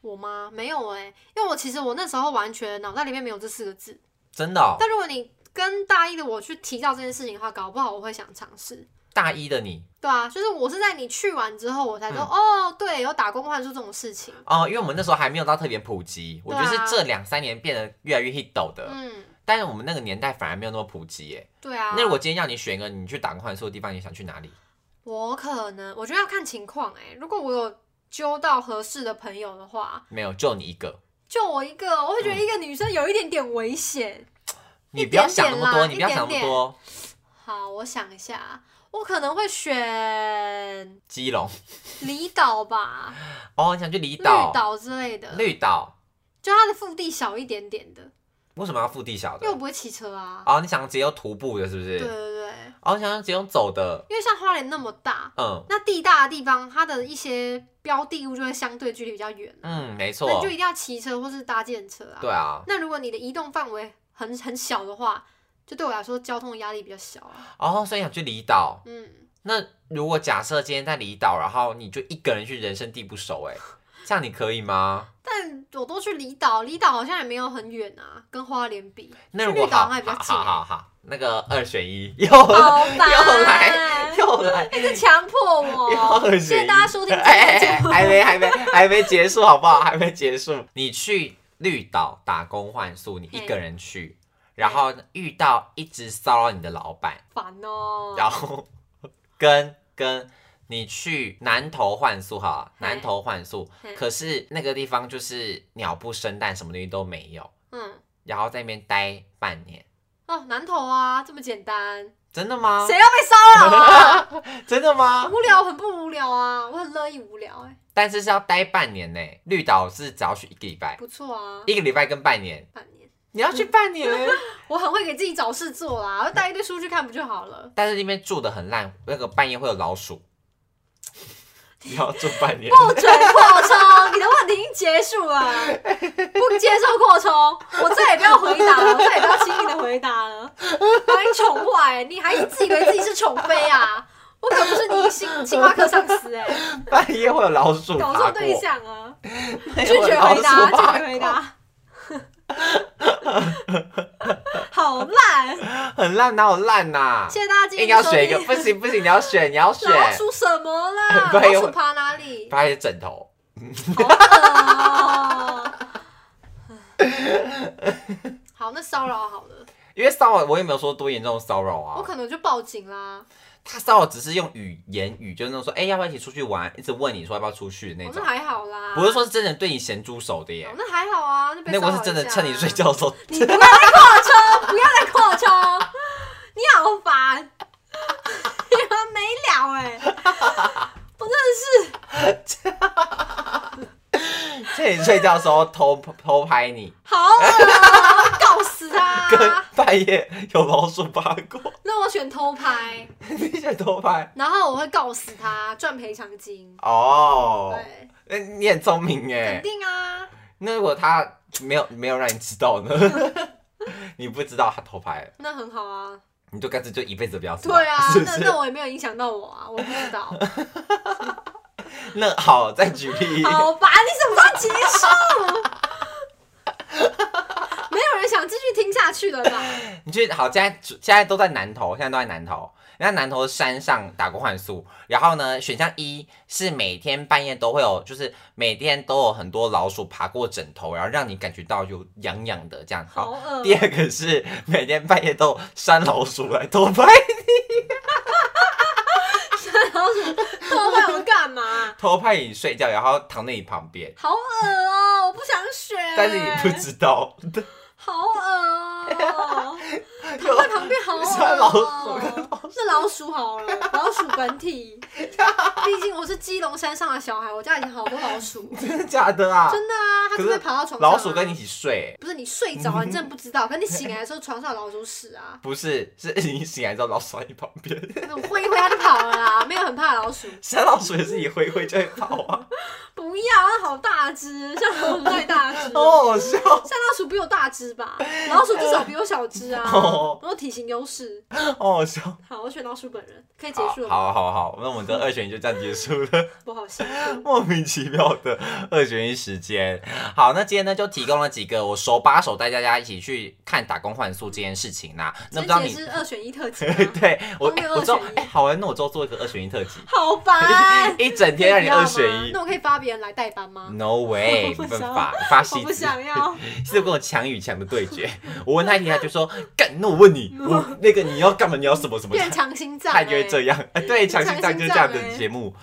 [SPEAKER 2] 我吗？没有哎、因为我其实我那时候完全脑袋里面没有这四个字。
[SPEAKER 1] 真的、哦，
[SPEAKER 2] 但如果你跟大一的我去提到这件事情的话，搞不好我会想尝试。
[SPEAKER 1] 大一的你
[SPEAKER 2] 对啊，就是我是在你去完之后，我才说、
[SPEAKER 1] 嗯
[SPEAKER 2] 哦，对，有打工换宿这种事情。
[SPEAKER 1] 哦，因为我们那时候还没有到特别普及，我觉得
[SPEAKER 2] 对啊
[SPEAKER 1] 是这两三年变得越来越 hit 抖的，
[SPEAKER 2] 嗯，
[SPEAKER 1] 但是我们那个年代反而没有那么普及耶。
[SPEAKER 2] 对啊。
[SPEAKER 1] 那如果今天要你选一个你去打工换宿的地方，你想去哪里？
[SPEAKER 2] 我可能我觉得要看情况哎、如果我有揪到合适的朋友的话，
[SPEAKER 1] 没有，就你一个。
[SPEAKER 2] 就我一个，我
[SPEAKER 1] 嗯
[SPEAKER 2] 会觉得一个女生有一点点危险。
[SPEAKER 1] 你
[SPEAKER 2] 一
[SPEAKER 1] 不要
[SPEAKER 2] 点
[SPEAKER 1] 想那
[SPEAKER 2] 点
[SPEAKER 1] 么多，
[SPEAKER 2] 啦
[SPEAKER 1] 你
[SPEAKER 2] 一
[SPEAKER 1] 不要
[SPEAKER 2] 点
[SPEAKER 1] 想那么
[SPEAKER 2] 点
[SPEAKER 1] 多。
[SPEAKER 2] 好，我想一下，啊我可能会选
[SPEAKER 1] 基隆
[SPEAKER 2] 离岛吧，
[SPEAKER 1] 哦，你想去离
[SPEAKER 2] 绿
[SPEAKER 1] 岛？
[SPEAKER 2] 岛之类的，
[SPEAKER 1] 绿岛
[SPEAKER 2] 就它的腹地小一点点的，
[SPEAKER 1] 为什么要腹地小
[SPEAKER 2] 因为我
[SPEAKER 1] 的？
[SPEAKER 2] 不会骑车啊。
[SPEAKER 1] 哦，你想直接用徒步的，是不是？
[SPEAKER 2] 对对对，
[SPEAKER 1] 哦，你想要直接用走的，
[SPEAKER 2] 因为像花莲那么大，
[SPEAKER 1] 嗯
[SPEAKER 2] 那地大的地方，它的一些标的物就会相对距离比较远、啊，
[SPEAKER 1] 嗯，没
[SPEAKER 2] 那你
[SPEAKER 1] 错
[SPEAKER 2] 就，一定要骑车或是搭建车啊。
[SPEAKER 1] 对啊，
[SPEAKER 2] 那如果你的移动范围很很小的话，就对我来说交通压力比较小啊。
[SPEAKER 1] 哦，所以想去离岛。
[SPEAKER 2] 嗯，
[SPEAKER 1] 那如果假设今天在离岛，然后你就一个人去人生地不熟、哎，这样你可以吗？
[SPEAKER 2] 但我都去离岛，离岛好像也没有很远啊，跟花莲比，
[SPEAKER 1] 那
[SPEAKER 2] 去
[SPEAKER 1] 如果
[SPEAKER 2] 绿岛
[SPEAKER 1] 好，
[SPEAKER 2] 还比较
[SPEAKER 1] 好
[SPEAKER 2] 近欸哦
[SPEAKER 1] 好好好，那个二选一，又来 [LAUGHS]
[SPEAKER 2] 吧
[SPEAKER 1] 又来又来
[SPEAKER 2] 一直强迫
[SPEAKER 1] 又
[SPEAKER 2] 我。
[SPEAKER 1] 二选一，
[SPEAKER 2] 哦谢谢大家收听今
[SPEAKER 1] 哎哎哎
[SPEAKER 2] 天的节目。
[SPEAKER 1] 还没还没还没结束，好不好？还没结束。你去绿岛打工换宿，你一个人去，然后遇到一直骚扰你的老板，
[SPEAKER 2] 烦哦、
[SPEAKER 1] [LAUGHS] 然后跟跟你去南投换宿好了，
[SPEAKER 2] 嘿
[SPEAKER 1] 南投换宿，
[SPEAKER 2] 嘿
[SPEAKER 1] 可是那个地方就是鸟不生蛋，什么东西都没有，
[SPEAKER 2] 嗯，
[SPEAKER 1] 然后在那边待半年。
[SPEAKER 2] 哦，南投啊，这么简单，
[SPEAKER 1] 真的吗？
[SPEAKER 2] 谁要被骚扰啊？
[SPEAKER 1] 真的吗
[SPEAKER 2] 很？ [LAUGHS] 无聊，很不无聊啊，我很乐意无聊、哎，
[SPEAKER 1] 但是是要待半年呢、绿岛是只要去一个礼拜，
[SPEAKER 2] 不错啊，
[SPEAKER 1] 一个礼拜跟半年，
[SPEAKER 2] 半年，
[SPEAKER 1] 你要去半
[SPEAKER 2] [LAUGHS]
[SPEAKER 1] 年。
[SPEAKER 2] 我很会给自己找事做啊啦，我就带一堆书去看不就好了？
[SPEAKER 1] 但是那边住的很烂，那个半夜会有老
[SPEAKER 2] [LAUGHS]
[SPEAKER 1] 鼠，你要住半年。
[SPEAKER 2] 不准扩充，你的问题已经结束了，不接受扩充，我再也不要回答了，我再也不要轻易的回答了，把你宠坏、你还自以为自己是宠妃啊？我可不是你星星巴克上司哎、
[SPEAKER 1] 半夜会有老鼠
[SPEAKER 2] 搞
[SPEAKER 1] 爬
[SPEAKER 2] 错
[SPEAKER 1] 过，
[SPEAKER 2] 对象啊！
[SPEAKER 1] 半夜
[SPEAKER 2] 拒
[SPEAKER 1] [LAUGHS] 会有
[SPEAKER 2] 绝
[SPEAKER 1] 老
[SPEAKER 2] 回
[SPEAKER 1] 鼠
[SPEAKER 2] 答，拒
[SPEAKER 1] 爬
[SPEAKER 2] 绝
[SPEAKER 1] 过，
[SPEAKER 2] 回答。好烂！
[SPEAKER 1] 很烂，哪有烂呐、
[SPEAKER 2] 谢谢大家今
[SPEAKER 1] 应该
[SPEAKER 2] 天
[SPEAKER 1] 要
[SPEAKER 2] 的收
[SPEAKER 1] 选一个，
[SPEAKER 2] 听。
[SPEAKER 1] 不行不行，你要选，你
[SPEAKER 2] [LAUGHS]
[SPEAKER 1] 要选，
[SPEAKER 2] 老鼠什么
[SPEAKER 1] [LAUGHS]
[SPEAKER 2] 啦？
[SPEAKER 1] 不然
[SPEAKER 2] 老
[SPEAKER 1] 又
[SPEAKER 2] 鼠爬哪里？
[SPEAKER 1] 拍枕头。
[SPEAKER 2] 好恶哦！好，那骚扰好了，
[SPEAKER 1] 因为骚扰我也没有说多严重的骚扰
[SPEAKER 2] 我
[SPEAKER 1] 啊，
[SPEAKER 2] 可能就报警啦。
[SPEAKER 1] 他骚扰只是用语言语，就是那种说，哎、要不要一起出去玩，一直问你说要不要出去的那
[SPEAKER 2] 哦，
[SPEAKER 1] 种
[SPEAKER 2] 那，还好啦。
[SPEAKER 1] 不是说是真的对你咸猪手的耶
[SPEAKER 2] 哦，，那还好啊，那被
[SPEAKER 1] 那
[SPEAKER 2] 骚
[SPEAKER 1] 我
[SPEAKER 2] 扰
[SPEAKER 1] 是真的
[SPEAKER 2] 一下啊
[SPEAKER 1] 趁你睡。觉的时候，
[SPEAKER 2] 你不要再扩充，不要再扩充，你好烦， [LAUGHS] 你们没了哎、我真的是。
[SPEAKER 1] 趁你睡觉的时候偷偷拍你。
[SPEAKER 2] 好恶啊，搞死
[SPEAKER 1] 跟 [LAUGHS]
[SPEAKER 2] 他！
[SPEAKER 1] 半夜有老鼠爬过，
[SPEAKER 2] 那我选偷拍，
[SPEAKER 1] 你想偷拍
[SPEAKER 2] 然后我会告死他，赚赔偿金。
[SPEAKER 1] 哦？
[SPEAKER 2] 对，
[SPEAKER 1] 那你很聪明
[SPEAKER 2] 肯
[SPEAKER 1] 哎。
[SPEAKER 2] 定啊，
[SPEAKER 1] 那如果他没有没有让你知道呢？ [LAUGHS] 你不知道他偷拍了，
[SPEAKER 2] 那很好啊。
[SPEAKER 1] 你就干脆就一辈子不要知道，
[SPEAKER 2] 对啊，
[SPEAKER 1] 是不
[SPEAKER 2] 那
[SPEAKER 1] 是？
[SPEAKER 2] 那我也没有影响到我啊，我不
[SPEAKER 1] [LAUGHS]
[SPEAKER 2] 知道。
[SPEAKER 1] 那好，再举例，
[SPEAKER 2] 好吧，你什么时候结束？没有人想继续听下去了
[SPEAKER 1] [LAUGHS]
[SPEAKER 2] 吧？
[SPEAKER 1] 你去好，现在现在都在南投，现在都在南投。人家南投山上打工换宿，然后呢，选项一是每天半夜都会有，就是每天都有很多老鼠爬过枕头，然后让你感觉到有痒痒的这样。
[SPEAKER 2] 好恶
[SPEAKER 1] 第二个是每天半夜都有山老鼠来偷拍
[SPEAKER 2] 偷拍我干嘛？
[SPEAKER 1] 偷拍你睡觉，然后躺在你旁边，
[SPEAKER 2] 好恶哦、我不想选。
[SPEAKER 1] 但是你不知道。 [LAUGHS]
[SPEAKER 2] 好恶哦、哦，躺在旁边好
[SPEAKER 1] 像老鼠
[SPEAKER 2] 鼠，是老鼠好了，老鼠本体。毕竟我是基隆山上的小孩，我家已经好多
[SPEAKER 1] [LAUGHS]
[SPEAKER 2] 老鼠，
[SPEAKER 1] 真的假的啊？
[SPEAKER 2] 真的啊，它
[SPEAKER 1] 可
[SPEAKER 2] 就是会爬到床上啊。
[SPEAKER 1] 老鼠跟你一起睡、
[SPEAKER 2] 不是你睡着了，你真的不知道，可你醒来的时候床上有老鼠屎啊，
[SPEAKER 1] 不是，是你醒来之后老鼠在你旁边，
[SPEAKER 2] 我挥一挥它就跑了啦， [LAUGHS] 没有很怕老鼠。
[SPEAKER 1] 小老鼠也是你挥一挥就会跑啊，
[SPEAKER 2] 不要，它好大只，像老鼠太大
[SPEAKER 1] [LAUGHS]
[SPEAKER 2] 只。
[SPEAKER 1] 好好笑。
[SPEAKER 2] 像老鼠比我大只吧，老鼠至少比我小只啊，
[SPEAKER 1] [LAUGHS] 哦
[SPEAKER 2] 我有体型优势。
[SPEAKER 1] 好好笑。
[SPEAKER 2] 好，我选老鼠本人，可以结
[SPEAKER 1] 好
[SPEAKER 2] 束了吗？
[SPEAKER 1] 好好好，那我们的二选一就这样结束了。
[SPEAKER 2] 不
[SPEAKER 1] [LAUGHS]
[SPEAKER 2] 好笑。好
[SPEAKER 1] 莫名其妙的二选一时间。好，那今天呢就提供了几个我手把手带大家一起去看打工换宿这件事情啦。那不知道
[SPEAKER 2] 这也
[SPEAKER 1] 你，
[SPEAKER 2] 是二选一特辑吗，
[SPEAKER 1] [LAUGHS] 对我
[SPEAKER 2] 后面
[SPEAKER 1] 哎
[SPEAKER 2] 二
[SPEAKER 1] 我之后
[SPEAKER 2] 选一
[SPEAKER 1] 哎、好玩，那我之后做一个二选一特辑，。
[SPEAKER 2] 好烦
[SPEAKER 1] 一整天 [LAUGHS] 让你二选
[SPEAKER 2] 可以不要吗啊
[SPEAKER 1] 一嗯
[SPEAKER 2] 那。我可以发别人来代班吗？
[SPEAKER 1] No way，
[SPEAKER 2] 我不
[SPEAKER 1] 没办
[SPEAKER 2] 想
[SPEAKER 1] 法，发
[SPEAKER 2] 我
[SPEAKER 1] 戏
[SPEAKER 2] 不
[SPEAKER 1] 子，[LAUGHS]
[SPEAKER 2] 想要，
[SPEAKER 1] 是跟我强与强的对决。 [LAUGHS] 我问他一题，他就说干，那我问
[SPEAKER 2] [LAUGHS]
[SPEAKER 1] 你，我那个你要干嘛？你要什么什么？
[SPEAKER 2] 变强心脏、
[SPEAKER 1] 他
[SPEAKER 2] 欸。
[SPEAKER 1] 就会这样， [LAUGHS] 哎对，强心脏就是这样
[SPEAKER 2] 强心
[SPEAKER 1] 的
[SPEAKER 2] 脏哎
[SPEAKER 1] 节目。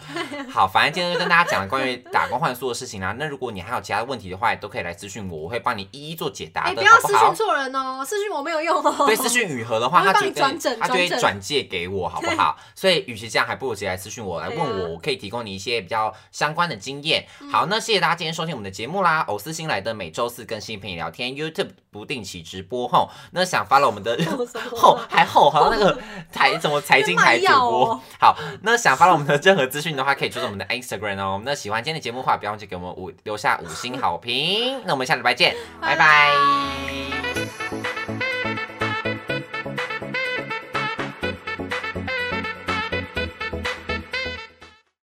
[SPEAKER 1] 好，反正今天就跟大家讲了关于打工换宿的事情啦。那如果你还有其他问题的话，也都可以来私讯我，我会帮你一一做解答
[SPEAKER 2] 哎、
[SPEAKER 1] 的，
[SPEAKER 2] 不要
[SPEAKER 1] 好
[SPEAKER 2] 私
[SPEAKER 1] 不好
[SPEAKER 2] 讯？错人哦，私讯我没有用哦。
[SPEAKER 1] 对，私讯雨禾的话，
[SPEAKER 2] 我
[SPEAKER 1] 他就
[SPEAKER 2] 会帮
[SPEAKER 1] 跟
[SPEAKER 2] 你
[SPEAKER 1] 你
[SPEAKER 2] 转诊
[SPEAKER 1] 他就会
[SPEAKER 2] 转诊
[SPEAKER 1] 转借给我，好不好？所以，与其这样，还不如直接来私讯我，来问
[SPEAKER 2] 对
[SPEAKER 1] 我，
[SPEAKER 2] 啊嗯
[SPEAKER 1] 我可以提供你一些比较相关的经验。好，那谢谢大家今天收听我们的节目啦。偶思新来的每周四更新陪你聊天，YouTube 不定期直播吼。那想发了我们
[SPEAKER 2] [LAUGHS]
[SPEAKER 1] 的 [LAUGHS]
[SPEAKER 2] 后什么啊
[SPEAKER 1] 后还后，好像那
[SPEAKER 2] [LAUGHS]
[SPEAKER 1] 个台什么财经台主
[SPEAKER 2] 在卖药
[SPEAKER 1] 播
[SPEAKER 2] 哦。
[SPEAKER 1] 好，那想发了我们的任何资讯的话，可以追踪我们的 Instagram 哦。那喜欢今天的节目的话，不要忘记给我们五留下五星好评。那我们下礼拜见，拜拜